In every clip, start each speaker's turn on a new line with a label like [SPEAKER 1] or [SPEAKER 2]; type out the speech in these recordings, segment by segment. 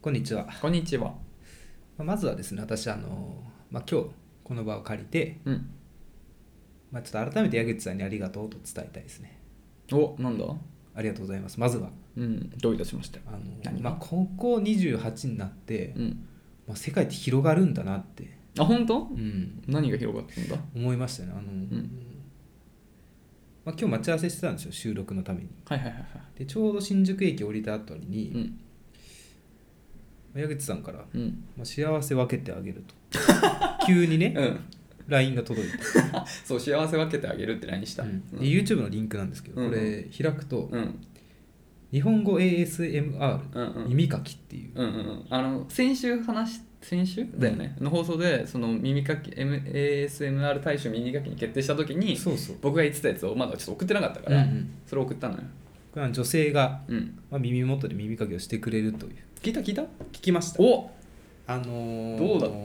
[SPEAKER 1] こんにちは。
[SPEAKER 2] こんにちは。
[SPEAKER 1] まあまずはですね、私、あの、まあ、今日、この場を借りて、
[SPEAKER 2] うん。
[SPEAKER 1] まあ、ちょっと改めて矢口さんにありがとうと伝えたいですね。
[SPEAKER 2] お、なんだ
[SPEAKER 1] ありがとうございます。まずは、
[SPEAKER 2] うん。どういたしまして。
[SPEAKER 1] あの、
[SPEAKER 2] 何
[SPEAKER 1] まあ
[SPEAKER 2] が、
[SPEAKER 1] 高校28になって、
[SPEAKER 2] うん。
[SPEAKER 1] まあ、世界って広がるんだなって、
[SPEAKER 2] あ、本当
[SPEAKER 1] うん、
[SPEAKER 2] 何が広がったんだ
[SPEAKER 1] 思いましたね。あの、
[SPEAKER 2] ん
[SPEAKER 1] まあ、今日待ち合わせしてたんですよ、収録のために。
[SPEAKER 2] はいはいはいは
[SPEAKER 1] で、ちょうど新宿駅降りた後に、
[SPEAKER 2] い。うん。
[SPEAKER 1] まあ矢口さんから、ま
[SPEAKER 2] うん。
[SPEAKER 1] あ、幸せ分けてあげると。 急にね、
[SPEAKER 2] うん。
[SPEAKER 1] LINE が届いて。
[SPEAKER 2] そう、幸せ分けてあげるって何した
[SPEAKER 1] う
[SPEAKER 2] うんん。
[SPEAKER 1] で YouTube のリンクなんですけど、
[SPEAKER 2] うん
[SPEAKER 1] これ開くと、
[SPEAKER 2] うん。
[SPEAKER 1] 日本語 ASMR
[SPEAKER 2] うんうん。
[SPEAKER 1] 耳かきっていう、
[SPEAKER 2] うんうんうん、あの先週話し先週だよね、の放送でその耳かき M ASMR 大賞耳かきに決定した時に
[SPEAKER 1] そうそう、
[SPEAKER 2] 僕が言ってたやつをまだちょっと送ってなかったか
[SPEAKER 1] うんう
[SPEAKER 2] ら、
[SPEAKER 1] ん、
[SPEAKER 2] それ送ったのよ、
[SPEAKER 1] これは女性が、
[SPEAKER 2] うん、
[SPEAKER 1] まあ、耳元で耳かきをしてくれるという
[SPEAKER 2] 聞いた聞いた
[SPEAKER 1] 聞きました
[SPEAKER 2] お
[SPEAKER 1] あのー、
[SPEAKER 2] どうだった
[SPEAKER 1] ま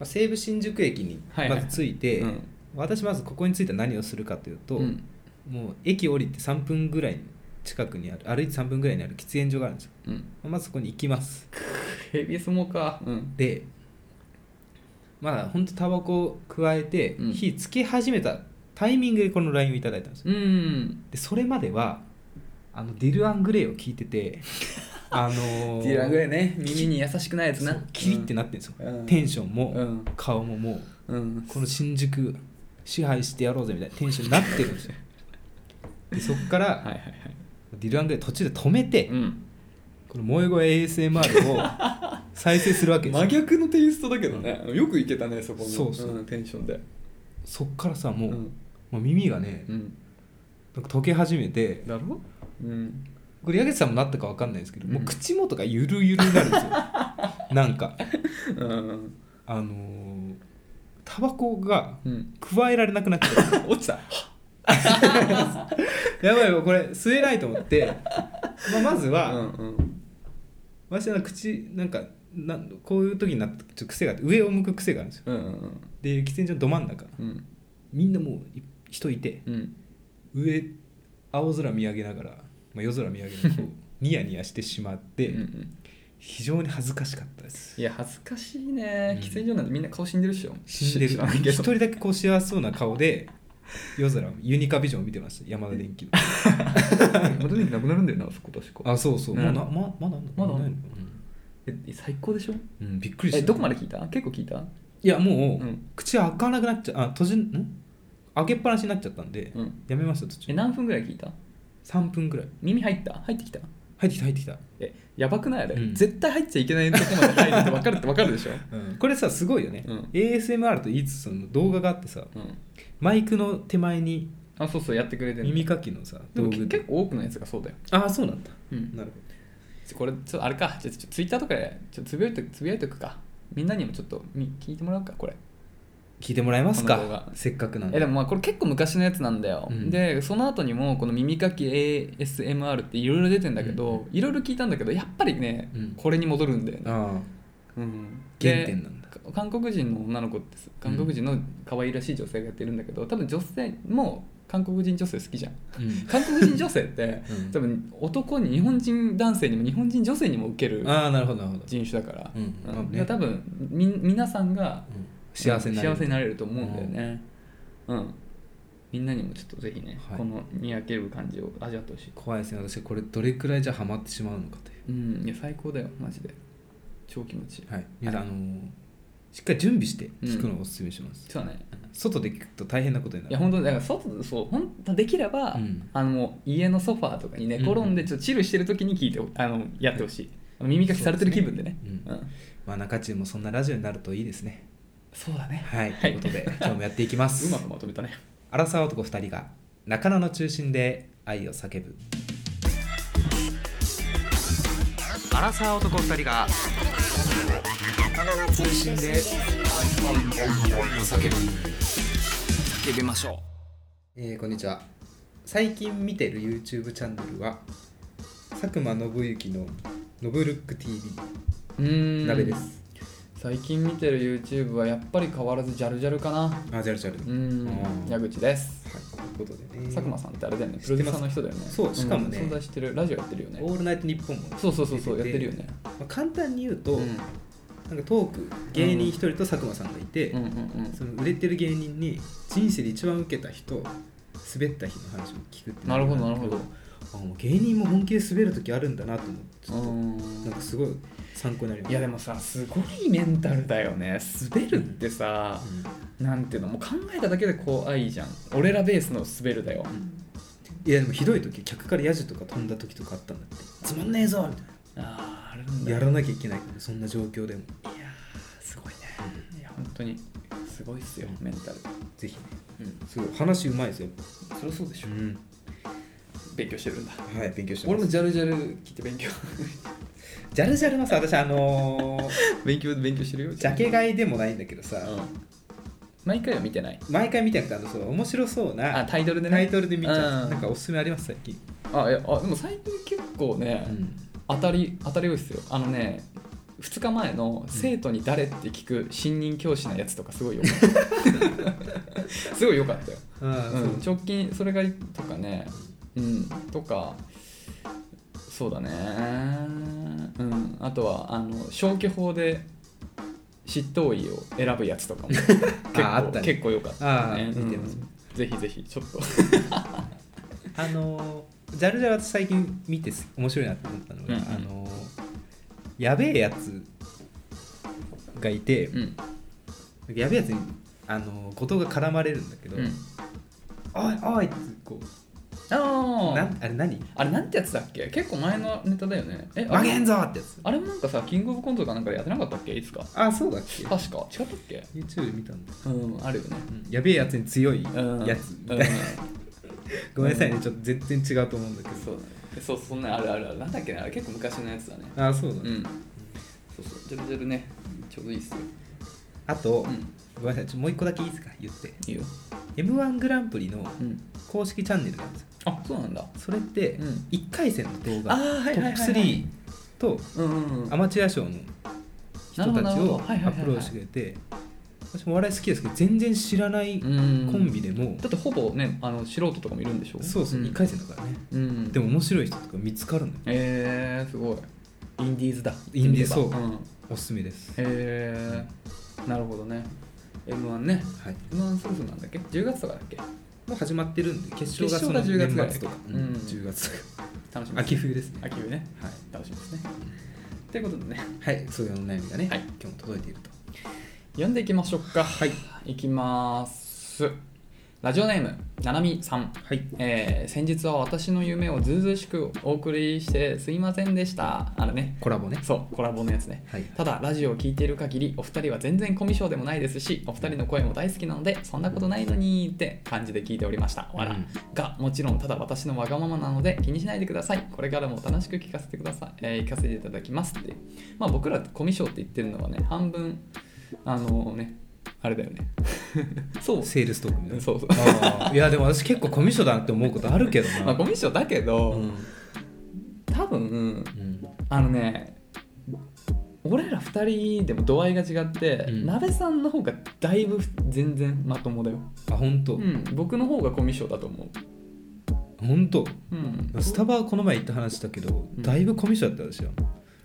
[SPEAKER 1] あ、西武新宿駅に
[SPEAKER 2] はいは
[SPEAKER 1] ま
[SPEAKER 2] い
[SPEAKER 1] ず着いて、
[SPEAKER 2] うん
[SPEAKER 1] 私まずここに着いたら何をするかというと、
[SPEAKER 2] うん
[SPEAKER 1] もう駅降りて3分ぐらい近くにある歩いて3分ぐらいにある喫煙所があるんですよ
[SPEAKER 2] うん、
[SPEAKER 1] まあまずそこに行きます
[SPEAKER 2] ヘビスモかうん
[SPEAKER 1] でまあほんとタバコを加えて
[SPEAKER 2] うん
[SPEAKER 1] 火つけ始めたタイミングでこの LINE をいただいたんですよ
[SPEAKER 2] うん
[SPEAKER 1] でそれまではあのディル・アングレイを聞いて てあのー
[SPEAKER 2] ディラングレイね耳に優しくないやつ
[SPEAKER 1] そ
[SPEAKER 2] な
[SPEAKER 1] うキリってなってるんですよ、
[SPEAKER 2] うん
[SPEAKER 1] テンション
[SPEAKER 2] う
[SPEAKER 1] も
[SPEAKER 2] ん
[SPEAKER 1] 顔ももう
[SPEAKER 2] うん
[SPEAKER 1] この新宿支配してやろうぜみたいなテンションになってるんです よでそっから、
[SPEAKER 2] はいはいはい
[SPEAKER 1] ディル・アングレイ途中で止めて、
[SPEAKER 2] うん
[SPEAKER 1] この萌え声 ASMR を再生するわけです
[SPEAKER 2] 真
[SPEAKER 1] よ
[SPEAKER 2] 逆のテイストだけどね、よくいけたねそこの
[SPEAKER 1] そうそうん
[SPEAKER 2] テンションで
[SPEAKER 1] そっからさもう,、
[SPEAKER 2] ん
[SPEAKER 1] もう耳がね
[SPEAKER 2] うん
[SPEAKER 1] なんか溶け始めて
[SPEAKER 2] だろうん
[SPEAKER 1] これ矢口さんもなったか分かんないですけど、もううん口元がゆるゆるになるん ですよなんか
[SPEAKER 2] うん
[SPEAKER 1] あのータバコが
[SPEAKER 2] うん
[SPEAKER 1] 加えられなくなっちゃ
[SPEAKER 2] 落ちた
[SPEAKER 1] う やばいやばいこれ吸えないと思って、まあ、まずは、
[SPEAKER 2] うんうん
[SPEAKER 1] 私の口なんかなんこういう時になった時ちょっと癖があって上を向く癖があるんですよ
[SPEAKER 2] うんうん
[SPEAKER 1] で喫煙所のど真ん中
[SPEAKER 2] うん
[SPEAKER 1] みんなもうい人いて
[SPEAKER 2] うん
[SPEAKER 1] 上青空見上げながら、まあ、夜空見上げながらこうニヤニヤしてしまって、
[SPEAKER 2] うんうん
[SPEAKER 1] 非常に恥ずかしかったです
[SPEAKER 2] いや恥ずかしい
[SPEAKER 1] うん
[SPEAKER 2] ね喫煙所なんてみんな顔死んでるっしょ
[SPEAKER 1] 死んでる
[SPEAKER 2] 知らないけ
[SPEAKER 1] 一
[SPEAKER 2] ど
[SPEAKER 1] 人だけこう幸せそうな顔で夜空をユニカビジョンを見てました山田電機の
[SPEAKER 2] 元々なくなるんだよなあそこ確 か
[SPEAKER 1] あそうそう、
[SPEAKER 2] ね
[SPEAKER 1] もうなままだあんの
[SPEAKER 2] まだあんの
[SPEAKER 1] ないの
[SPEAKER 2] え最高でしょ
[SPEAKER 1] うん、うんびっくりした
[SPEAKER 2] えどこまで聞いた結構聞いた
[SPEAKER 1] いやもう、
[SPEAKER 2] うん
[SPEAKER 1] 口開かなくなっちゃあ閉じん開けっぱなしになっちゃったんで、
[SPEAKER 2] うん
[SPEAKER 1] やめました途
[SPEAKER 2] え
[SPEAKER 1] 中
[SPEAKER 2] 何分ぐらい聞いた
[SPEAKER 1] 3分ぐらい
[SPEAKER 2] 耳入った入ってきた
[SPEAKER 1] 入ってきた入ってきた、
[SPEAKER 2] えやばくないあれ、
[SPEAKER 1] うん
[SPEAKER 2] 絶対入っちゃいけないとこまで入るって分かるって分かるでしょ、
[SPEAKER 1] これさすごいよね、
[SPEAKER 2] うん
[SPEAKER 1] ASMR と言いつつその動画があってさ
[SPEAKER 2] うん、
[SPEAKER 1] マイクの手前に
[SPEAKER 2] あそうそうやってくれてる
[SPEAKER 1] 耳かきのさ
[SPEAKER 2] でも
[SPEAKER 1] 道
[SPEAKER 2] け
[SPEAKER 1] 具
[SPEAKER 2] 結構多くのやつがそうだよ、
[SPEAKER 1] ああそうなんだ
[SPEAKER 2] うん、
[SPEAKER 1] なるほ
[SPEAKER 2] これちょっとあれかちょっとツイッターとかでちょっとつぶやいとつぶやいとくかみんなにもちょっとみ聞いてもらうかこれ
[SPEAKER 1] ど聞いてもらえます
[SPEAKER 2] この動
[SPEAKER 1] か
[SPEAKER 2] 画
[SPEAKER 1] せっかくなんで
[SPEAKER 2] えでもまあこれ結構昔のやつなんだよ、
[SPEAKER 1] うん
[SPEAKER 2] でその後にもこの耳かき ASMR っていろいろ出てんだけどいろいろ聞いたんだけどやっぱりね、
[SPEAKER 1] うん
[SPEAKER 2] これに戻るんだよね、
[SPEAKER 1] ああ
[SPEAKER 2] うん、で
[SPEAKER 1] 原点なんだ
[SPEAKER 2] か韓国人の女の子ってさ韓国人の可愛らしい女性がやってるんだけど多分女性も韓国人女性好き じゃん
[SPEAKER 1] うん
[SPEAKER 2] 韓国人女性って
[SPEAKER 1] うん
[SPEAKER 2] 多分男に日本人男性にも日本人女性にも受ける
[SPEAKER 1] ああなるほどなるほど、
[SPEAKER 2] 人種だから、
[SPEAKER 1] うん
[SPEAKER 2] うん
[SPEAKER 1] まあね
[SPEAKER 2] だから多分み皆さんが
[SPEAKER 1] うん幸せになれる
[SPEAKER 2] 幸せになれると思うんだよね、うんみんなにもちょっとぜひね、
[SPEAKER 1] はい
[SPEAKER 2] このにやける感じを味わってほしい、
[SPEAKER 1] 怖いですね私これどれくらいじゃハマってしまうのかという
[SPEAKER 2] うん、いや最高だよマジで超気持ちいい、
[SPEAKER 1] はい皆さん、あのーしっかり準備して
[SPEAKER 2] うん
[SPEAKER 1] 聞くのをおすすめします、
[SPEAKER 2] そうだね
[SPEAKER 1] 外で聞くと大変なことにないる
[SPEAKER 2] や本当にだから外そう本当できれば、
[SPEAKER 1] うん
[SPEAKER 2] あのもう家のソファーとかに寝転んでちょっとチルしてる時に聞いてあのやってほしい、耳かきされてる気分でね
[SPEAKER 1] そうですね
[SPEAKER 2] うん
[SPEAKER 1] まあ中中もそんなラジオになるといいですね
[SPEAKER 2] そうだね
[SPEAKER 1] はい、ということで今日もやっていきま す
[SPEAKER 2] うまくまとめたね
[SPEAKER 1] 荒沢男2人が中野の中心で愛を叫ぶ荒沢男2人が中心で叫ぶ
[SPEAKER 2] 叫びましょ
[SPEAKER 1] えーこんにちは最近見てる YouTube チャンネルは佐久間信行の「ノブルック TV
[SPEAKER 2] ううー」ん
[SPEAKER 1] 鍋です、
[SPEAKER 2] 最近見てる YouTube はやっぱり変わらずジャルジャルかな
[SPEAKER 1] あジャルジャル、
[SPEAKER 2] う
[SPEAKER 1] はいう
[SPEAKER 2] ん
[SPEAKER 1] ん
[SPEAKER 2] 矢口です
[SPEAKER 1] ということでね
[SPEAKER 2] 佐久間さんってあれだよね
[SPEAKER 1] 知
[SPEAKER 2] プロ
[SPEAKER 1] って
[SPEAKER 2] デュ
[SPEAKER 1] ま
[SPEAKER 2] ー
[SPEAKER 1] す
[SPEAKER 2] サーの人だよね
[SPEAKER 1] そうしかもね
[SPEAKER 2] ん存在してるラジオやってるよ
[SPEAKER 1] オ
[SPEAKER 2] ね
[SPEAKER 1] ールナイトニッポンも、
[SPEAKER 2] そうそうそうそうやってるよね
[SPEAKER 1] まあ、簡単に言うと、
[SPEAKER 2] うん
[SPEAKER 1] なんかトーク芸人一人と佐久間さんがいて、
[SPEAKER 2] うんうん
[SPEAKER 1] その売れてる芸人に人生で一番受けた人滑った人の話を聞くっていう
[SPEAKER 2] なるほどなるほど
[SPEAKER 1] あもう芸人も本気で滑る時あるんだなと思ってち
[SPEAKER 2] う
[SPEAKER 1] ょっと
[SPEAKER 2] ん
[SPEAKER 1] なんかすごい参考になりま
[SPEAKER 2] いやでもさすごいメンタルだよね滑るってさ、なんていうのもう考えただけで怖いじゃん俺らベースの滑るだよ
[SPEAKER 1] いやでもひどい時客からヤジとか飛んだ時とかあったんだってつまんねえぞみたい
[SPEAKER 2] あーあるん
[SPEAKER 1] な
[SPEAKER 2] だ
[SPEAKER 1] やらなきゃいけないからそんな状況でも
[SPEAKER 2] いやーすごいねいや本当にすごいっすよメンタル
[SPEAKER 1] ぜひね
[SPEAKER 2] うん
[SPEAKER 1] すごい話うまいですよ、
[SPEAKER 2] そりゃそうでしょ
[SPEAKER 1] ん、
[SPEAKER 2] 勉強してるんだ
[SPEAKER 1] はい勉強して
[SPEAKER 2] 俺
[SPEAKER 1] ま
[SPEAKER 2] も
[SPEAKER 1] す
[SPEAKER 2] ジャルジャル聞いて勉強
[SPEAKER 1] ジャルジャルのさ私あのー
[SPEAKER 2] 勉強勉強してる よ
[SPEAKER 1] ジャケ買いでもないんだけどさ、
[SPEAKER 2] うん毎回は見てない
[SPEAKER 1] 毎回見てなくてあのそう面白そう
[SPEAKER 2] あ
[SPEAKER 1] な
[SPEAKER 2] タイトルでね
[SPEAKER 1] タイトルで見ちゃう、
[SPEAKER 2] うん
[SPEAKER 1] なんかおすすめあります最近、
[SPEAKER 2] あいやあでも最近結構ね、当たり当たり多いっすよあのね2日前の生徒に誰って聞く新任教師のやつとか すごいよかったすごいよかったよ、
[SPEAKER 1] ああそう
[SPEAKER 2] うん、直近それがとかねうんとかそうだねうんあとはあの消去法で執刀医を選ぶやつ とかも結構
[SPEAKER 1] ああったね
[SPEAKER 2] 結構良かったね
[SPEAKER 1] ああ見てます
[SPEAKER 2] うんぜひぜひちょっと
[SPEAKER 1] あのージャルジャル私最近見てす面白いなって思ったのが、
[SPEAKER 2] うんうん
[SPEAKER 1] あのーやべえやつがいて、
[SPEAKER 2] うん
[SPEAKER 1] やべえやつにあのー後藤が絡まれるんだけど「
[SPEAKER 2] うん
[SPEAKER 1] おいおい」ってこう
[SPEAKER 2] あ
[SPEAKER 1] な
[SPEAKER 2] あ
[SPEAKER 1] んあれ何
[SPEAKER 2] あれなんてやつだっけ結構前のネタだよねえあ
[SPEAKER 1] 曲
[SPEAKER 2] れ
[SPEAKER 1] げんぞってやつ
[SPEAKER 2] あれもなんかさキングオブコントかなんかでやってなかったっけいつか
[SPEAKER 1] あそうだっけ
[SPEAKER 2] 確か違ったっけ
[SPEAKER 1] YouTube で見たんだ、
[SPEAKER 2] うんあるよね
[SPEAKER 1] やべえやつに強い
[SPEAKER 2] うん
[SPEAKER 1] やつみた
[SPEAKER 2] う
[SPEAKER 1] い
[SPEAKER 2] ん
[SPEAKER 1] な、
[SPEAKER 2] そ
[SPEAKER 1] ごめんなさいねちょっと全然違うと思うんだけど
[SPEAKER 2] うだね そうそんなあるあるあるなんだっけねあれ結構昔のやつだね
[SPEAKER 1] あそうだ、
[SPEAKER 2] うんそうそうジャルジャルねちょうどいいっすよ
[SPEAKER 1] あと、
[SPEAKER 2] うん
[SPEAKER 1] ごめんなさいちょもう一個だけいいですか言って
[SPEAKER 2] いいよ
[SPEAKER 1] m 1グランプリの
[SPEAKER 2] うん
[SPEAKER 1] 公式チャンネルがあるんですよ
[SPEAKER 2] あそうなんだ
[SPEAKER 1] それって
[SPEAKER 2] うん
[SPEAKER 1] 1回戦の動画、
[SPEAKER 2] あーはい
[SPEAKER 1] ト
[SPEAKER 2] はいはいは
[SPEAKER 1] ッ
[SPEAKER 2] い
[SPEAKER 1] プ3と
[SPEAKER 2] うんうんうん
[SPEAKER 1] アマチュア賞の人たち
[SPEAKER 2] なるほどなる
[SPEAKER 1] を
[SPEAKER 2] ほどはいはいはいはい
[SPEAKER 1] アプローチしてくれて私もお笑い好きですけど全然知らないコ
[SPEAKER 2] うん
[SPEAKER 1] ンビでも
[SPEAKER 2] だってほぼねあの素人とかもいるんでしょ
[SPEAKER 1] そうそう
[SPEAKER 2] 一
[SPEAKER 1] 1回戦だからね
[SPEAKER 2] うん
[SPEAKER 1] でも面白い人とか見つかるのよ
[SPEAKER 2] えー、すごいインディーズだ
[SPEAKER 1] インディーズ
[SPEAKER 2] 言ってみれ
[SPEAKER 1] そ
[SPEAKER 2] ばん
[SPEAKER 1] おすすめです
[SPEAKER 2] へえなるほどね m 1ね
[SPEAKER 1] はい
[SPEAKER 2] m 1そろそろなんだっけ10月とかだっけ
[SPEAKER 1] もう始まってるんで決勝が
[SPEAKER 2] 決
[SPEAKER 1] そ
[SPEAKER 2] 勝が
[SPEAKER 1] の
[SPEAKER 2] 10月ぐらい
[SPEAKER 1] 年末とか
[SPEAKER 2] うん
[SPEAKER 1] うん10月とか
[SPEAKER 2] 楽しみですね
[SPEAKER 1] 秋冬ですね
[SPEAKER 2] 秋冬ね
[SPEAKER 1] はい
[SPEAKER 2] 楽しみですねということでね
[SPEAKER 1] はいそういうお悩みがね
[SPEAKER 2] はい
[SPEAKER 1] 今日も届いていると
[SPEAKER 2] 読んでいきましょうかはいいきますラジオネームななみさん
[SPEAKER 1] はい
[SPEAKER 2] えー先日は私の夢をずうずうしくお送りしてすいませんでしたあれね
[SPEAKER 1] コラボね
[SPEAKER 2] そうコラボのやつね
[SPEAKER 1] はい
[SPEAKER 2] ただラジオを聴いている限りお二人は全然コミュ障でもないですしお二人の声も大好きなのでそんなことないのにって感じで聞いておりましたわら、
[SPEAKER 1] うん
[SPEAKER 2] がもちろんただ私のわがままなので気にしないでくださいこれからも楽しく聞かせてください、えー聞かせていただきますってまあ僕らコミュ障って言ってるのはね半分あのねあれだよねそう
[SPEAKER 1] セールストークみたいな
[SPEAKER 2] そうそう
[SPEAKER 1] あーいやでも私結構コミュ障だなって思うことあるけどな、
[SPEAKER 2] まあコミュ障だけど、
[SPEAKER 1] うん
[SPEAKER 2] 多分
[SPEAKER 1] うん
[SPEAKER 2] あのね俺ら2人でも度合いが違って、
[SPEAKER 1] うん
[SPEAKER 2] なべさんの方がだいぶ全然まともだよ、
[SPEAKER 1] あ本当、
[SPEAKER 2] うん、僕の方がコミュ障だと思う、
[SPEAKER 1] 本当
[SPEAKER 2] うん、
[SPEAKER 1] スタバこの前行った話だけど、
[SPEAKER 2] うん
[SPEAKER 1] だいぶコミュ障だった私は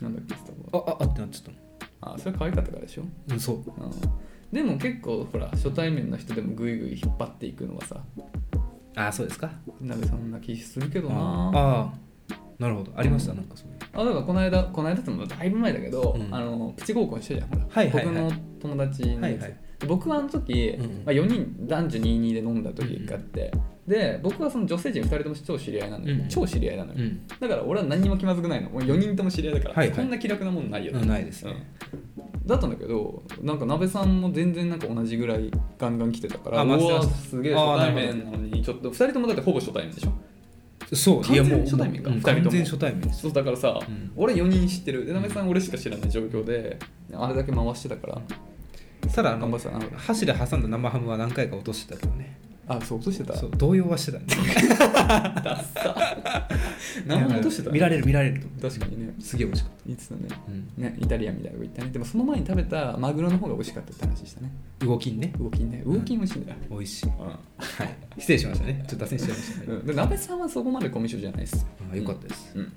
[SPEAKER 2] なんだっけスタバ
[SPEAKER 1] あああってなっちゃったの
[SPEAKER 2] あそれ可愛かったからでしょ、
[SPEAKER 1] うんそう
[SPEAKER 2] うん、でも結構ほら初対面の人でもグイグイ引っ張っていくのはさ
[SPEAKER 1] あそうですか
[SPEAKER 2] なべさんな気するけどなあ
[SPEAKER 1] ああなるほどありました、なんかそういう
[SPEAKER 2] だからこの間この間ってもだいぶ前だけど、
[SPEAKER 1] うん
[SPEAKER 2] あのプチ合コンしたじゃんほら、
[SPEAKER 1] はいはいはい
[SPEAKER 2] 僕の友達のやつ、
[SPEAKER 1] はいはい
[SPEAKER 2] 僕はあの時、
[SPEAKER 1] うんうん
[SPEAKER 2] まあ、4人男女22で飲んだ時があって、で僕はその女性陣2人とも超知り合いなのよ、
[SPEAKER 1] うんうん
[SPEAKER 2] 超知り合いなのよ、
[SPEAKER 1] うん
[SPEAKER 2] だから俺は何にも気まずくないのもう4人とも知り合いだから、
[SPEAKER 1] はいはい
[SPEAKER 2] こんな気楽なもんないよね、
[SPEAKER 1] うんないですね
[SPEAKER 2] うんだったんだけどなんか鍋さんも全然なんか同じぐらいガンガン来てたから
[SPEAKER 1] あ
[SPEAKER 2] う
[SPEAKER 1] まあ
[SPEAKER 2] わ
[SPEAKER 1] そう
[SPEAKER 2] すげえ
[SPEAKER 1] あー
[SPEAKER 2] 初対
[SPEAKER 1] なる
[SPEAKER 2] 面なのにちょっと2人ともだってほぼ初対面でしょ
[SPEAKER 1] そういやもう
[SPEAKER 2] 完全初対面か
[SPEAKER 1] うん
[SPEAKER 2] 二人とも
[SPEAKER 1] 完全初対面です
[SPEAKER 2] そうだからさ、
[SPEAKER 1] うん
[SPEAKER 2] 俺4人知ってるで鍋さん俺しか知らない状況であれだけ回してたから
[SPEAKER 1] ただあ
[SPEAKER 2] 頑
[SPEAKER 1] の
[SPEAKER 2] 張ってたな
[SPEAKER 1] 箸で挟んだ生ハムは何回か落としてたけどね
[SPEAKER 2] あそう落としてた
[SPEAKER 1] そう動揺はしてたね
[SPEAKER 2] ダッサ何も落としてた
[SPEAKER 1] 見られる見られると思って
[SPEAKER 2] 確かにね
[SPEAKER 1] すげえ美味しかっ
[SPEAKER 2] 言ってたね
[SPEAKER 1] た、うん、
[SPEAKER 2] ねイタリアンみたいなこと言ったねでもその前に食べたマグロの方が美味しかったって話したね
[SPEAKER 1] 動きね
[SPEAKER 2] 魚筋ね魚筋美味しいんだよ、
[SPEAKER 1] 美味しい
[SPEAKER 2] うん
[SPEAKER 1] はい失礼しましたねちょっと脱線しちゃいましたね、
[SPEAKER 2] うん、で鍋さんはそこまでコミュ障じゃないです
[SPEAKER 1] あよかったです、
[SPEAKER 2] うん